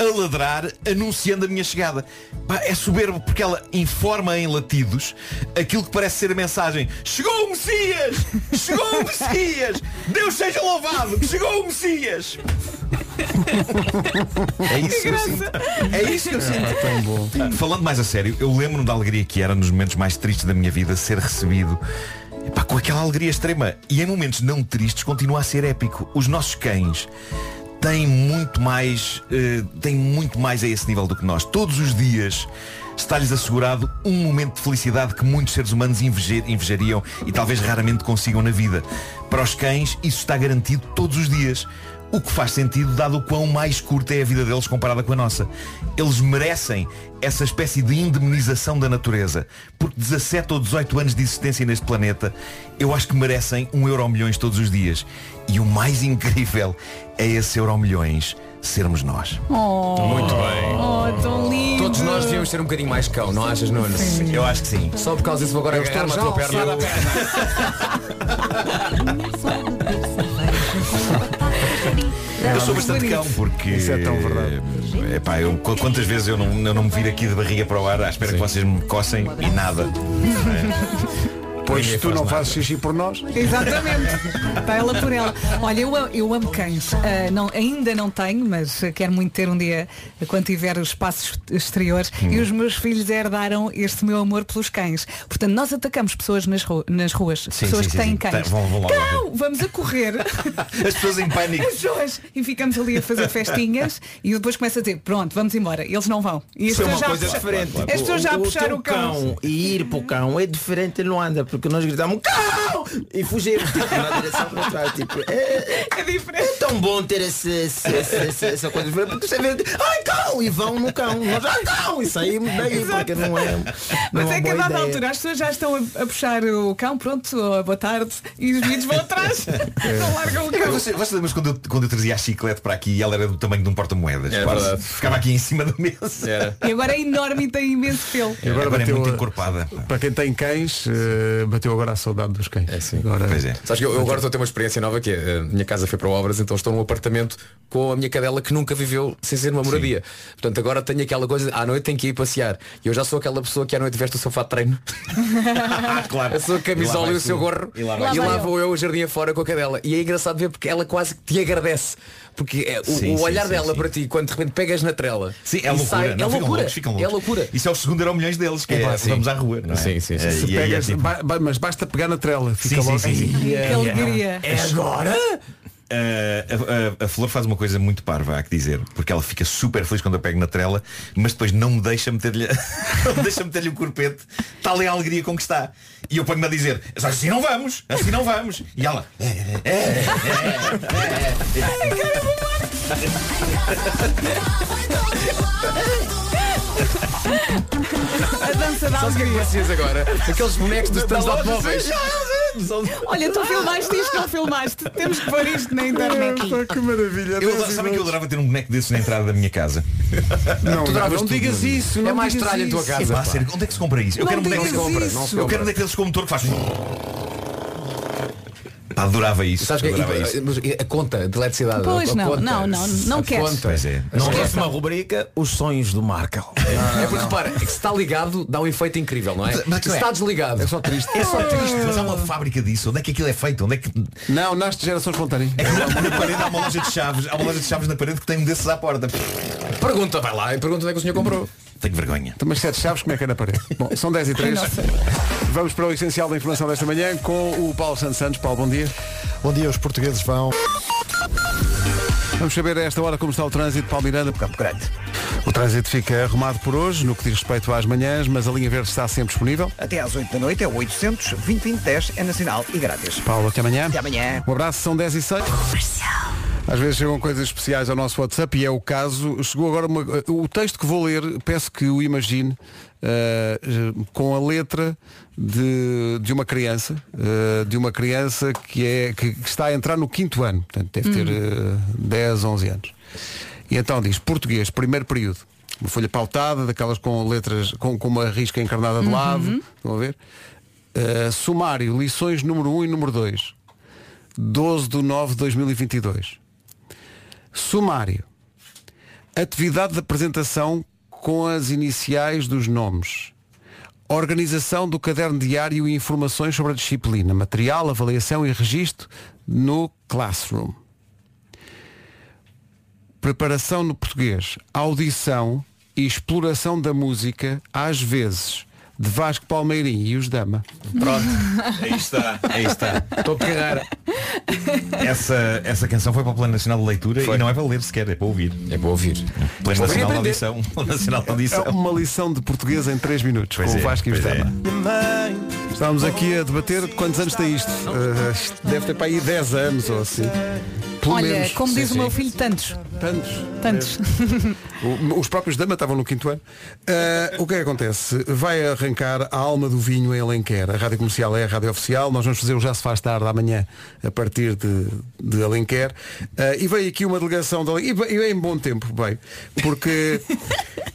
Speaker 7: a ladrar, anunciando a minha chegada. Pá, é soberbo porque ela informa em latidos aquilo que parece ser a mensagem Chegou o Messias! Chegou o Messias! Deus seja louvado! que Chegou o Messias! É isso que eu sinto. É isso que eu sinto. Falando mais a sério, eu lembro-me da alegria que era nos momentos mais tristes da minha vida ser recebido epá, com aquela alegria extrema. E em momentos não tristes continua a ser épico. Os nossos cães têm muito mais, eh, têm muito mais a esse nível do que nós. Todos os dias está-lhes assegurado um momento de felicidade que muitos seres humanos inveje- invejariam e talvez raramente consigam na vida. Para os cães, isso está garantido todos os dias. O que faz sentido dado o quão mais curta é a vida deles comparada com a nossa. Eles merecem essa espécie de indemnização da natureza. Porque 17 ou 18 anos de existência neste planeta, eu acho que merecem um euro milhões todos os dias. E o mais incrível é esse euro milhões sermos nós.
Speaker 3: Oh,
Speaker 7: Muito bem.
Speaker 3: Oh, tão lindo.
Speaker 6: Todos nós devíamos ser um bocadinho mais cão, não achas, Nuno?
Speaker 7: Eu acho que sim.
Speaker 6: Só por causa disso vou agora
Speaker 7: Eu estou
Speaker 6: agarrar a
Speaker 7: já
Speaker 6: tua
Speaker 7: a
Speaker 6: perna.
Speaker 7: alçar a Eu sou bastante cão porque. Isso é tão verdade. Epá, eu, qu- quantas vezes eu não, eu não me viro aqui de barriga para o ar à espera que vocês me cossem e nada. Não é?
Speaker 1: Pois
Speaker 3: Ninguém
Speaker 1: tu
Speaker 3: faz
Speaker 1: não
Speaker 3: nada.
Speaker 1: fazes xixi por nós.
Speaker 3: Exatamente. Está ela por ela. Olha, eu, a- eu amo cães. Ah, não, ainda não tenho, mas ah, quero muito ter um dia ah, quando tiver os espaços exteriores. E os meus filhos herdaram este meu amor pelos cães. Portanto, nós atacamos pessoas nas, ru- nas ruas.
Speaker 7: Sim,
Speaker 3: pessoas
Speaker 7: sim,
Speaker 3: que
Speaker 7: sim,
Speaker 3: têm
Speaker 7: sim.
Speaker 3: cães.
Speaker 7: Tá, vão- vão logo
Speaker 3: Cão! Vamos a correr.
Speaker 7: As pessoas em pânico.
Speaker 3: As pessoas. E ficamos ali a fazer festinhas e depois começa a dizer, pronto, vamos embora. E Eles não vão. E as
Speaker 16: Isso é
Speaker 3: pessoas
Speaker 16: uma
Speaker 3: já
Speaker 16: coisa
Speaker 3: puxa-
Speaker 16: diferente.
Speaker 3: As pessoas já
Speaker 16: O- o
Speaker 3: puxaram
Speaker 16: teu
Speaker 3: o cão.
Speaker 16: E ir para o cão é diferente em Luanda, porque nós gritamos cão e fugimos tipo, na direção contrária. Tipo, é,
Speaker 3: diferente.
Speaker 16: É tão bom ter esse, esse- esse- essa coisa diferente, porque você vê, ai cão, e vão no cão, nós ai cão, e saímos daí, porque não é. Não
Speaker 3: Mas
Speaker 16: é
Speaker 3: é que a
Speaker 16: boa
Speaker 3: dada
Speaker 16: ideia.
Speaker 3: altura as pessoas já estão a, a puxar o cão, pronto, ó, boa tarde, e os miúdos vão atrás. não largam o
Speaker 7: É,
Speaker 3: cão.
Speaker 7: você, você lembra quando eu, quando eu trazia a chiclete para aqui e ela era do tamanho de um porta-moedas?
Speaker 18: É
Speaker 7: quase.
Speaker 18: verdade.
Speaker 7: Ficava aqui em cima da mesa.
Speaker 3: E agora é enorme e tem imenso pelo.
Speaker 7: E agora Agora é bateu muito a-
Speaker 1: encorpada. Para quem tem cães, eh, bateu agora a saudade dos cães. É sim. Agora...
Speaker 6: Sabes que eu, eu agora estou a ter uma experiência nova que é, a minha casa foi para obras, então estou num apartamento com a minha cadela que nunca viveu sem ser numa moradia. Portanto, agora tenho aquela coisa, à noite tenho que ir passear. E eu já sou aquela pessoa que à noite veste o seu fato de treino.
Speaker 7: claro.
Speaker 6: Ah, A sua
Speaker 7: E lá
Speaker 6: camisola e,
Speaker 7: vai
Speaker 6: o seu
Speaker 7: tu.
Speaker 6: gorro.
Speaker 7: um. E lá
Speaker 6: e
Speaker 7: vai tu.
Speaker 6: lá vou eu, o jardim afora com a cadela. E é engraçado ver porque ela quase que te agradece. Porque é, o,
Speaker 7: Sim,
Speaker 6: o
Speaker 7: sim,
Speaker 6: olhar
Speaker 7: sim,
Speaker 6: dela
Speaker 7: sim.
Speaker 6: para ti, quando de repente pegas na trela.
Speaker 7: Sim, é
Speaker 6: e
Speaker 7: loucura.
Speaker 6: sai-
Speaker 7: não,
Speaker 6: é
Speaker 7: ficam
Speaker 6: loucura.
Speaker 7: loucos, ficam
Speaker 6: É
Speaker 7: loucos.
Speaker 6: loucura.
Speaker 7: Isso é o segundo eram milhões deles, que é,
Speaker 6: Epá, sim.
Speaker 7: vamos à rua, não é?
Speaker 6: Sim, sim, sim.
Speaker 7: É,
Speaker 1: Se
Speaker 7: e aí é
Speaker 1: pegas,
Speaker 7: tipo-
Speaker 1: ba- ba- mas basta pegar na trela. Fica
Speaker 7: Sim,
Speaker 1: logo. assim.
Speaker 7: sim, sim, sim.
Speaker 1: Ai, ai, ai.
Speaker 3: É agora?
Speaker 7: Ah, a, a- a Flor faz uma coisa muito parva, há que dizer, porque ela fica super feliz quando eu pego na trela, mas depois não me deixa meter-lhe não deixa meter-lhe o corpete, tal é a alegria com que está. E eu ponho-me a dizer, assim não vamos, assim não vamos. E ela. "É, é, é, é,
Speaker 3: A dança da
Speaker 6: Sabes o que é que
Speaker 3: alegria.
Speaker 6: parecias agora? Aqueles
Speaker 7: é
Speaker 6: bonecos dos
Speaker 3: Da
Speaker 6: stands de
Speaker 7: Tá
Speaker 3: loja,
Speaker 6: automóveis.
Speaker 7: assim.
Speaker 3: sim, Olha, tu filmaste isto, não filmaste. Temos que pôr isto na internet.
Speaker 1: Ah, que maravilha.
Speaker 7: Eu adoro- sabem que eu adorava ter um boneco desses na entrada da minha casa.
Speaker 1: Não, Tu adoravas não tudo, digas Nuno.
Speaker 6: É
Speaker 1: isso, não digas isso.
Speaker 7: É, pá,
Speaker 1: pá.
Speaker 7: sério, onde é que se compra isso? Eu
Speaker 1: Não
Speaker 7: quero um boneco
Speaker 1: digas
Speaker 7: desses-
Speaker 1: isso. Não se
Speaker 7: Eu
Speaker 1: compra.
Speaker 7: quero um boneco desses com um motor que faz. Pá, adorava isso.
Speaker 6: Sabes que é-
Speaker 7: adorava
Speaker 6: e-
Speaker 7: isso.
Speaker 6: mas A conta de eletricidade.
Speaker 3: Pois
Speaker 6: a
Speaker 3: não,
Speaker 6: conta.
Speaker 3: não, não, não
Speaker 6: A
Speaker 3: queres.
Speaker 6: conta.
Speaker 7: Pois é.
Speaker 6: Então Não
Speaker 18: Não
Speaker 6: queres.
Speaker 18: é uma rubrica Os sonhos do Marco.
Speaker 6: É porque repara, que se está ligado dá um efeito incrível, não é?
Speaker 7: Mas-
Speaker 6: Mas,
Speaker 7: mas
Speaker 6: se
Speaker 7: não é.
Speaker 6: está desligado. É só triste.
Speaker 7: É só triste, mas há uma fábrica disso. Onde é que aquilo é feito? Onde é que.
Speaker 1: Não, nasce de geração espontânea.
Speaker 7: É que na parede há uma loja de chaves. Há uma loja de chaves na parede que tem um desses à porta.
Speaker 6: Pergunta, vai lá e pergunta onde é que o senhor comprou.
Speaker 7: Tenho vergonha.
Speaker 1: Então, mas sete chaves, como é que é na parede? Bom, são 10 e 3. Vamos para o essencial da informação desta manhã com o Paulo Santos Santos. Paulo, bom dia.
Speaker 20: Bom dia, os portugueses vão.
Speaker 1: Vamos saber a esta hora como está o trânsito de Palmeiranda. Campo Grande. O trânsito fica arrumado por hoje, no que diz respeito às manhãs, mas a linha verde está sempre disponível.
Speaker 2: Até às 8 da noite é o 800 20 10 é nacional e grátis.
Speaker 1: Paulo, até amanhã.
Speaker 2: Até amanhã.
Speaker 1: Um abraço, são 10 e 6. Às vezes chegam coisas especiais ao nosso WhatsApp e é o caso. Chegou agora uma, o texto que vou ler, peço que o imagine eh, com a letra de, de uma criança, eh, de uma criança que, é, que, que está a entrar no quinto ano, portanto deve ter eh, 10, 11 anos. E então diz, português, primeiro período. Uma folha pautada, daquelas com letras, com, com uma risca encarnada de lado, estão a ver? Eh, sumário, lições número 1 e número 2. 12 de 9 de 2022. Sumário. Atividade de apresentação com as iniciais dos nomes. Organização do caderno diário e informações sobre a disciplina, material, avaliação e registro no Classroom. Preparação no português, audição e exploração da música, às vezes, de Vasco Palmeirim e os Dama.
Speaker 7: Pronto. Aí está. Aí está.
Speaker 6: Estou a pegar.
Speaker 7: Essa, essa canção foi para o Plano Nacional de Leitura e não é para ler sequer, é para ouvir.
Speaker 6: É para ouvir.
Speaker 1: Ouvir e
Speaker 7: Plano Nacional de
Speaker 1: aprender.
Speaker 7: Audição. Plano Nacional
Speaker 21: um
Speaker 7: de Audição.
Speaker 1: É uma lição de português em 3 minutos
Speaker 7: Pois
Speaker 1: com
Speaker 7: é,
Speaker 1: o Vasco e
Speaker 7: pois
Speaker 1: os Dama. Estávamos aqui a debater quantos anos tem isto. Ah, isto deve ter para aí 10 anos ou assim. Pelo
Speaker 3: Olha,
Speaker 1: menos.
Speaker 3: como
Speaker 1: Sim,
Speaker 3: diz
Speaker 1: sim.
Speaker 3: o meu filho, tantos.
Speaker 1: Tantos.
Speaker 3: Tantos.
Speaker 1: O- Os próprios Dama estavam no quinto ano. Ah, o que é que acontece? Vai arrancar a alma do vinho em Alenquer. A rádio comercial é a rádio oficial. Nós vamos fazer o Já Se Faz Tarde amanhã, a partir de, de Alenquer. Ah, e veio aqui uma delegação de Alenquer. E ve- E veio em bom tempo, bem. Porque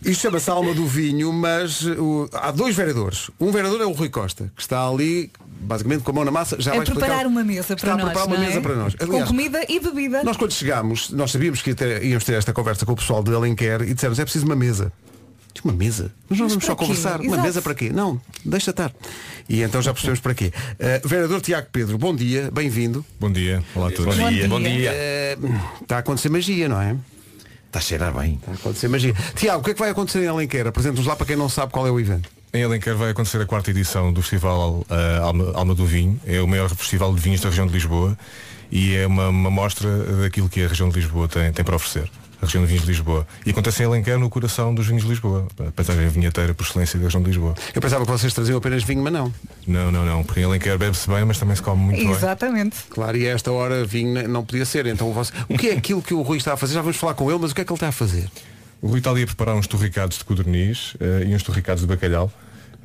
Speaker 1: isto chama-se alma do vinho, mas o- há dois vereadores. Um vereador é o Rui Costa, que está ali, basicamente, com a mão na massa. Já
Speaker 3: a
Speaker 1: vai explicar-
Speaker 3: É preparar uma mesa
Speaker 1: Está
Speaker 3: para
Speaker 1: a
Speaker 3: nós.
Speaker 1: preparar uma
Speaker 3: não é?
Speaker 1: mesa para nós.
Speaker 3: Com
Speaker 1: Aliás,
Speaker 3: comida e bebida.
Speaker 1: nós quando chegámos, nós sabíamos que ia ter- íamos ter esta conversa com o pessoal de Alenquer e dissemos, é preciso uma mesa. Uma mesa? Nós não
Speaker 3: Mas
Speaker 1: vamos
Speaker 3: para
Speaker 1: só
Speaker 3: quê?
Speaker 1: conversar. Uma
Speaker 3: Exato.
Speaker 1: mesa para quê? Não, deixa estar. E então já percebemos para quê. Uh, Vereador Tiago Pedro, bom dia, bem-vindo.
Speaker 21: Bom dia. Olá a todos.
Speaker 1: Bom
Speaker 21: Bom
Speaker 1: dia.
Speaker 21: dia.
Speaker 1: Uh, está a acontecer magia, não é?
Speaker 7: Está a cheirar bem.
Speaker 1: Está a acontecer magia. Tiago, o que é que vai acontecer em Alenquer? Apresenta-nos lá para quem não sabe qual é o evento.
Speaker 21: Em Alenquer vai acontecer a quarta edição do Festival eh, Alma, Alma do Vinho. É o maior festival de vinhos da região de Lisboa e é uma, uma mostra daquilo que a região de Lisboa tem, tem para oferecer. A região de vinhos de Lisboa. E acontece em Alenquer, no coração dos vinhos de Lisboa. A paisagem vinheteira por excelência da região de Lisboa.
Speaker 1: Eu pensava que vocês traziam apenas vinho, mas não.
Speaker 21: Não, não, não. Porque em Alenquer bebe-se bem, mas também se come muito bem.
Speaker 3: Exatamente.
Speaker 1: Claro, e a esta hora vinho ne- não podia ser. Então você- o que é aquilo que o Rui está a fazer? Já vamos falar com ele, mas o que é que ele está a fazer?
Speaker 21: O Rui está ali a preparar uns torricados de codorniz eh, e uns torricados de bacalhau.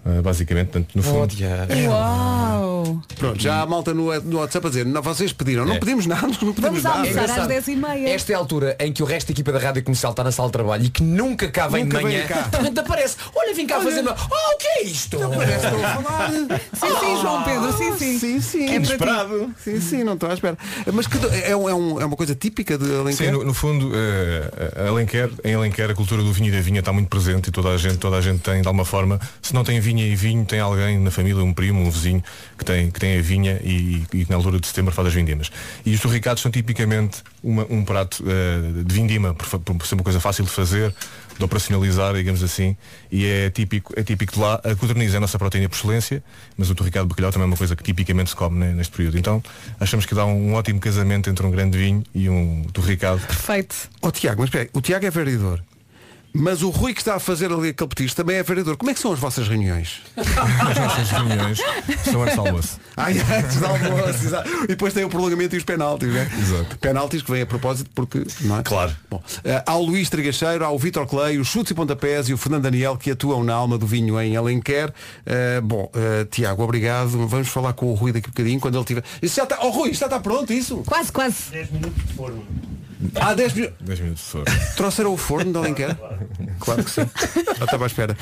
Speaker 21: eh, basicamente, portanto, no fundo.
Speaker 1: É.
Speaker 3: Uau!
Speaker 1: Pronto, já há malta no, no WhatsApp a dizer, não, vocês pediram, não
Speaker 6: É.
Speaker 1: pedimos nada, não pedimos
Speaker 3: Vamos
Speaker 1: nada.
Speaker 3: almoçar Ah, às 10h30.
Speaker 6: Esta é a altura em que o resto da equipa da Rádio Comercial está na sala de trabalho e que nunca cá vem
Speaker 19: Nunca
Speaker 6: de
Speaker 19: vem
Speaker 6: manhã.
Speaker 19: cá.
Speaker 6: De repente aparece. Olha, vim cá
Speaker 19: Olha.
Speaker 6: fazer uma. Oh, o que é isto? Não
Speaker 19: parece que
Speaker 3: Sim, sim, João Pedro, sim, sim.
Speaker 1: Ah, Sim, sim.
Speaker 3: É para ti.
Speaker 1: Sim, sim, não estou à espera. Mas que do- é, um- é um- é uma coisa típica de Alenquer?
Speaker 21: Sim, no, no fundo, eh, Alenquer, em Alenquer a cultura do vinho e da vinha está muito presente e toda a gente, toda a gente tem de alguma forma, se não tem vinha e vinho, tem alguém na família, um primo, um vizinho, que tem, que tem a vinha e, e que na altura de setembro faz as vindimas. E os torricados são tipicamente uma- um prato eh, de vindima, por, fa- por ser uma coisa fácil de fazer, de operacionalizar, digamos assim, e é típico, é típico de lá. A codorniz é a nossa proteína por excelência, mas o torricado de bacalhau também é uma coisa que tipicamente se come né, neste período. Então, achamos que dá um, ótimo casamento entre um grande vinho e um torricado.
Speaker 3: Perfeito.
Speaker 1: Ó Oh, Tiago, mas espera aí, o Tiago é vereador. Mas o Rui que está a fazer ali aquele petisco também é vereador. Como é que são as vossas reuniões?
Speaker 21: As nossas reuniões são antes do almoço.
Speaker 1: Ai, antes do almoço, exato. E depois tem o prolongamento e os penaltis, né? Exato. Penaltis que vêm a propósito porque, não é? Claro. Bom, eh, ao Luís Trigacheiro, ao Vítor Clay, os chutes e pontapés e o Fernando Daniel que atuam na alma do vinho em Alenquer. Eh, bom, eh, Tiago, obrigado. Vamos falar com o Rui daqui a bocadinho quando ele tiver. Isso já está. Oh Rui, isto já está pronto isso?
Speaker 3: Quase, quase.
Speaker 1: 10 minutos de forno. Há 10 minutos.
Speaker 21: 10 minutos de forno.
Speaker 1: Trouxeram o forno de Alenquer? claro que sim. Já estava à espera.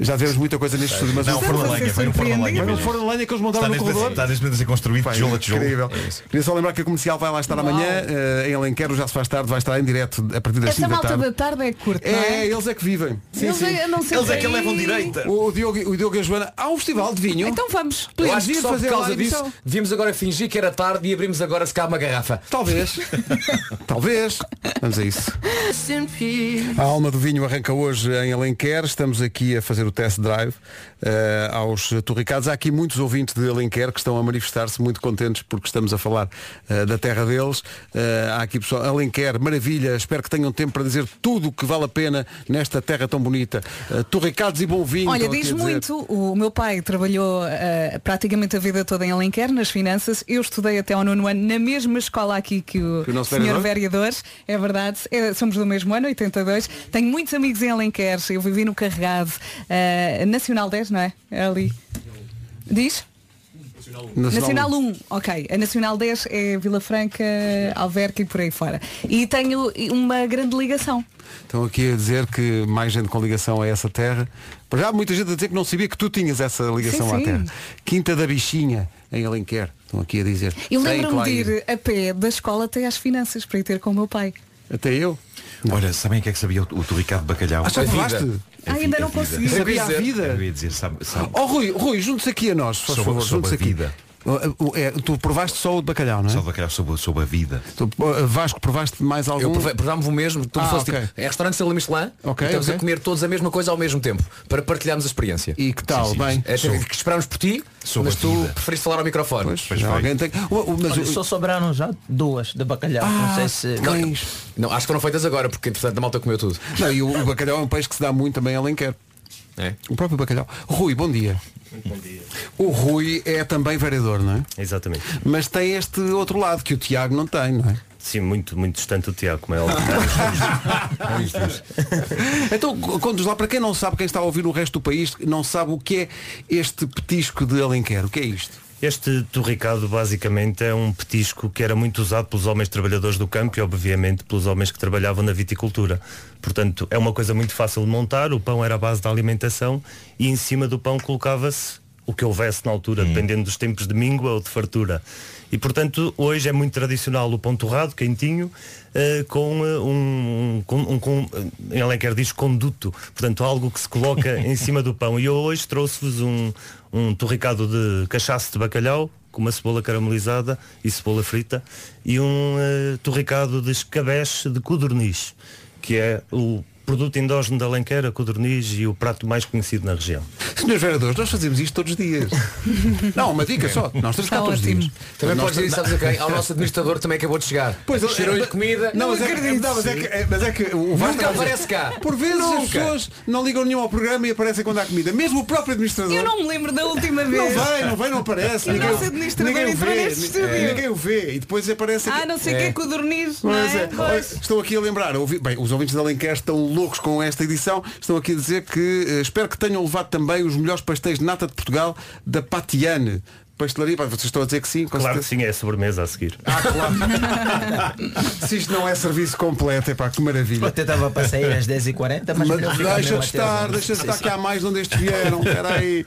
Speaker 1: Já tivemos muita coisa neste estúdio, mas
Speaker 7: Não, o forno a lenha, foi um forno a lenha
Speaker 1: Foi um
Speaker 7: mesmo.
Speaker 1: forno a lenha que eles montaram
Speaker 7: Está
Speaker 1: no
Speaker 7: neste-
Speaker 1: corredor.
Speaker 7: Está neste momento a ser construído
Speaker 1: Pá, é
Speaker 7: tijolo a É tijolo.
Speaker 1: incrível. Queria só lembrar que a comercial vai lá estar amanhã, eh, em Alenquer, o já se faz tarde, vai estar em direto a partir das
Speaker 3: Essa
Speaker 1: 5 Assim, da
Speaker 3: malta
Speaker 1: tarde.
Speaker 3: da tarde é curta. não
Speaker 1: É, eles é que vivem.
Speaker 3: Eles é- não sei Eles é que bem. levam direita.
Speaker 1: O Diogo, o Diogo e a Joana, há um festival de vinho.
Speaker 3: Então vamos.
Speaker 6: Eu
Speaker 1: Podemos
Speaker 6: acho que
Speaker 1: ir
Speaker 6: só por
Speaker 1: fazer lá a
Speaker 6: causa disso
Speaker 1: emissão.
Speaker 6: devíamos agora fingir que era tarde e abrimos agora se cá uma garrafa.
Speaker 1: Talvez. Talvez. Vamos a isso. A alma do vinho arranca hoje em Alenquer. Estamos aqui a fazer o test drive eh, aos torricados. Há aqui muitos ouvintes de Alenquer que estão a manifestar-se muito contentes porque estamos a falar eh, da terra deles. Eh, há aqui pessoal, Alenquer, maravilha. Espero que tenham tempo para dizer tudo o que vale a pena nesta terra tão bonita. Eh, torricados e bom vinho.
Speaker 3: Olha,
Speaker 1: estão aqui
Speaker 3: diz
Speaker 1: a dizer.
Speaker 3: muito, o meu pai trabalhou eh, praticamente a vida toda em Alenquer, nas finanças, eu estudei até ao nono ano na mesma escola aqui que o,
Speaker 1: Que o nosso
Speaker 3: senhor
Speaker 1: vereador?
Speaker 3: vereador, é verdade, é, somos do mesmo ano, 82, tenho muitos amigos em Alenquer, eu vivi no Carregado, eh, Nacional 10, não é? É ali. Diz?
Speaker 1: um.
Speaker 3: Nacional 1. ok. A Nacional 10 é Vila Franca, Alverca e por aí fora. E tenho uma grande ligação.
Speaker 1: Estão aqui a dizer que mais gente com ligação a essa terra. Para já há muita gente a dizer que não sabia que tu tinhas essa ligação
Speaker 3: Sim,
Speaker 1: à
Speaker 3: sim.
Speaker 1: terra. Quinta da Bichinha, em Alenquer. Estão aqui a dizer.
Speaker 3: Eu
Speaker 1: Tem que
Speaker 3: lembro-me
Speaker 1: lá
Speaker 3: de
Speaker 1: ir.
Speaker 3: ir a pé da escola até às finanças para ir ter com o meu pai.
Speaker 1: Até eu.
Speaker 7: Olha, sabem o que é que sabia o, o torricado de bacalhau?
Speaker 1: Ah, já
Speaker 7: A vida.
Speaker 1: provaste?
Speaker 7: A
Speaker 3: Ah,
Speaker 7: vi-
Speaker 3: ainda
Speaker 7: a
Speaker 3: não
Speaker 7: vida. É
Speaker 3: consegui.
Speaker 1: Sabia a vida.
Speaker 7: Eu ia dizer, sabe, sabe-
Speaker 1: Oh Rui, Rui, junte-se aqui a nós, se faz
Speaker 7: Sobre-
Speaker 1: favor.
Speaker 7: sobre
Speaker 1: Junte-se
Speaker 7: a
Speaker 1: aqui.
Speaker 7: vida.
Speaker 1: Oh, oh, é, tu provaste só o de bacalhau, não é?
Speaker 7: sabe bacalhau sobre, sobre a vida.
Speaker 1: Tu, oh, Vasco, provaste mais algum?
Speaker 6: Eu provei- provámos o mesmo, tu
Speaker 1: Hum. Ah,
Speaker 6: fosse,
Speaker 1: ok.
Speaker 6: tipo, é restaurante Sela Michelin, e
Speaker 1: Ok,
Speaker 6: estamos
Speaker 1: ok.
Speaker 6: a comer todos a mesma coisa ao mesmo tempo, para partilharmos a experiência.
Speaker 1: E que tal? Bem.
Speaker 6: É,
Speaker 1: Sobre-
Speaker 6: que esperámos por ti,
Speaker 1: sobre
Speaker 6: mas
Speaker 1: a
Speaker 6: tu
Speaker 1: vida.
Speaker 6: preferiste falar ao microfone.
Speaker 1: já vai. alguém tem que- O- o- mas Ah,
Speaker 6: Olha,
Speaker 1: o-
Speaker 6: só-
Speaker 22: Só sobraram já duas de bacalhau.
Speaker 16: Ah.
Speaker 22: não sei se.
Speaker 6: Não, não, acho que foram feitas agora, porque entretanto a malta comeu tudo.
Speaker 1: Não, e o, o bacalhau é um peixe que se dá muito também a Alenquer.
Speaker 6: É.
Speaker 1: O próprio bacalhau. Rui, bom dia.
Speaker 23: Bom dia.
Speaker 1: O Rui é também vereador, não é?
Speaker 23: Exatamente.
Speaker 1: Mas tem este outro lado que o Tiago não tem, não é?
Speaker 23: Sim, muito, muito distante do Tiago, como é óbvio.
Speaker 1: Então co- conduz lá para quem não sabe, quem está a ouvir no resto do país, não sabe o que é este petisco de Alenquer. O que é isto?
Speaker 23: Este torricado basicamente é um petisco que era muito usado pelos homens trabalhadores do campo e obviamente pelos homens que trabalhavam na viticultura. Portanto, é uma coisa muito fácil de montar, o pão era a base da alimentação e em cima do pão colocava-se o que houvesse na altura, dependendo dos tempos de míngua ou de fartura. E portanto, hoje é muito tradicional o pão torrado, quentinho, eh, com eh, um, um, com, um, com eh, em Alenquer diz conduto, portanto algo que se coloca em cima do pão. E eu hoje trouxe-vos um, um torricado de cachaço de bacalhau, com uma cebola caramelizada e cebola frita, e um eh, torricado de escabeche de codorniz, que é o produto endógeno da Alenquer, a codorniz e o prato mais conhecido na região.
Speaker 1: Senhores vereadores, nós fazemos isto todos os dias. Não, uma dica só. Nós estamos cá todos os dias.
Speaker 6: Também
Speaker 1: Nós
Speaker 6: podes dizer,
Speaker 1: tam-
Speaker 6: sabes a quem? Ao nosso administrador também acabou de chegar.
Speaker 1: Pois, ele-
Speaker 6: Cheirou-lhe comida.
Speaker 1: Não, mas é, que, não, mas é que- é- mas é que
Speaker 6: Nunca
Speaker 1: o Vasco vai dizer-
Speaker 6: aparece cá.
Speaker 1: Por vezes as
Speaker 6: Nunca.
Speaker 1: pessoas não ligam nenhum ao programa e aparecem quando há comida. Mesmo o próprio administrador.
Speaker 3: Eu não me lembro da última
Speaker 1: Não
Speaker 3: vez.
Speaker 1: vem, não vem, não aparece.
Speaker 3: O
Speaker 1: ninguém,
Speaker 3: nosso administrador
Speaker 1: ninguém o
Speaker 3: entrou
Speaker 1: vê,
Speaker 3: neste
Speaker 1: ni-
Speaker 3: estúdio.
Speaker 1: é, ninguém o vê. E depois aparece
Speaker 3: Ah, não sei o que é codorniz, não
Speaker 1: Pois
Speaker 3: é?
Speaker 1: é. Olha,
Speaker 3: Pois.
Speaker 1: Estou aqui a lembrar, ouvi- bem, os ouvintes da Alenquer estão loucos com esta edição, estão aqui a dizer que eh, espero que tenham levado também os melhores pastéis de nata de Portugal da Patiane. Pastelaria, pá, vocês estão a dizer que sim? com
Speaker 23: Claro que sim, é a sobremesa a seguir.
Speaker 1: Se isto não é serviço completo, é pá, que maravilha.
Speaker 22: Até estava para sair às 10h40, mas,
Speaker 1: Mas
Speaker 22: melhor ficar
Speaker 1: deixa
Speaker 22: mesmo
Speaker 23: é
Speaker 1: de
Speaker 22: até
Speaker 1: estar,
Speaker 22: às
Speaker 1: deixa de
Speaker 22: 11.
Speaker 1: estar que há mais de onde estes vieram. Peraí.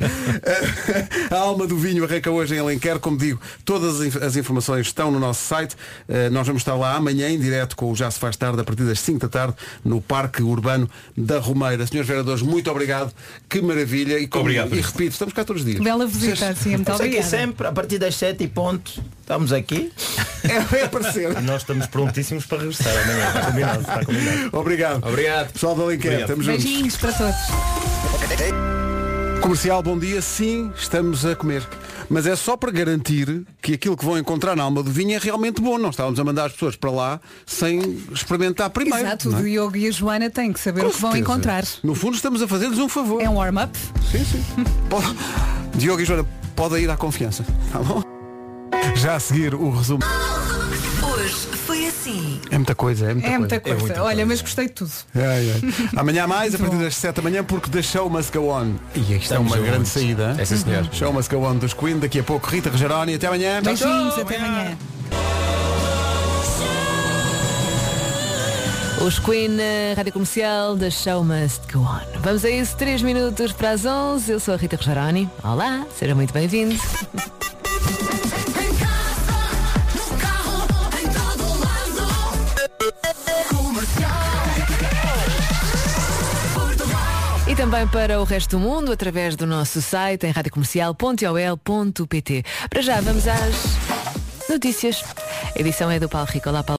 Speaker 1: A alma do vinho arranca hoje em Alenquer. Como digo, todas as inf- as informações estão no nosso site. Eh, Nós vamos estar lá amanhã em direto com o Já Se Faz Tarde, a partir das 5 da tarde, no Parque Urbano da Romeira. Senhores vereadores, muito obrigado. Que maravilha. E, como-
Speaker 22: Obrigado,
Speaker 1: e repito, estamos cá todos os dias.
Speaker 3: Bela visita, assim, muito
Speaker 22: Estamos aqui
Speaker 3: obrigada.
Speaker 22: sempre, a partir das 7 e ponto, estamos aqui.
Speaker 1: É, aparecer.
Speaker 23: Nós estamos prontíssimos para regressar amanhã. Está combinado, está combinado.
Speaker 1: Obrigado.
Speaker 6: Obrigado.
Speaker 1: Pessoal da Alenquer,
Speaker 23: Obrigado.
Speaker 1: estamos juntos.
Speaker 3: Beijinhos para todos.
Speaker 1: Comercial, bom dia. Sim, estamos a comer. Mas é só para garantir que aquilo que vão encontrar na alma do vinho é realmente bom. Não estávamos a mandar as pessoas para lá sem experimentar primeiro.
Speaker 3: Exato,
Speaker 1: não
Speaker 3: o
Speaker 1: é?
Speaker 3: Diogo e a Joana têm que saber
Speaker 1: Com
Speaker 3: o que vão
Speaker 1: certeza.
Speaker 3: encontrar.
Speaker 1: No fundo estamos a fazer-lhes um favor. É
Speaker 3: um warm-up.
Speaker 1: Sim, sim.
Speaker 3: um-
Speaker 1: Pode- Diogo e Joana, pode ir à confiança. Tá bom? Já a seguir o resumo.
Speaker 9: Hoje foi assim.
Speaker 1: É muita coisa, é muita
Speaker 3: É muita
Speaker 1: coisa.
Speaker 3: coisa. Olha, mas gostei de tudo.
Speaker 1: Ai, ai. Amanhã mais, a partir das 7 da manhã, porque The Show Must Go On. E isto
Speaker 6: Estamos
Speaker 1: é uma grande
Speaker 6: juntos.
Speaker 1: saída. hein?
Speaker 6: É, sim, senhor.
Speaker 1: Show Must Go On dos Queen. Daqui a pouco, Rita Rogeroni. Até amanhã.
Speaker 3: Beijinhos, até amanhã.
Speaker 24: Os Queen na Rádio Comercial da Show Must Go On. Vamos a isso, 3 minutos para as 11. Eu sou a Rita Rogeroni. Olá, seja muito bem-vindo. E também para o resto do mundo, através do nosso site em radiocomercial.ol.pt. Para já, vamos às notícias. A edição é do Paulo Rico. Olá, Paulo.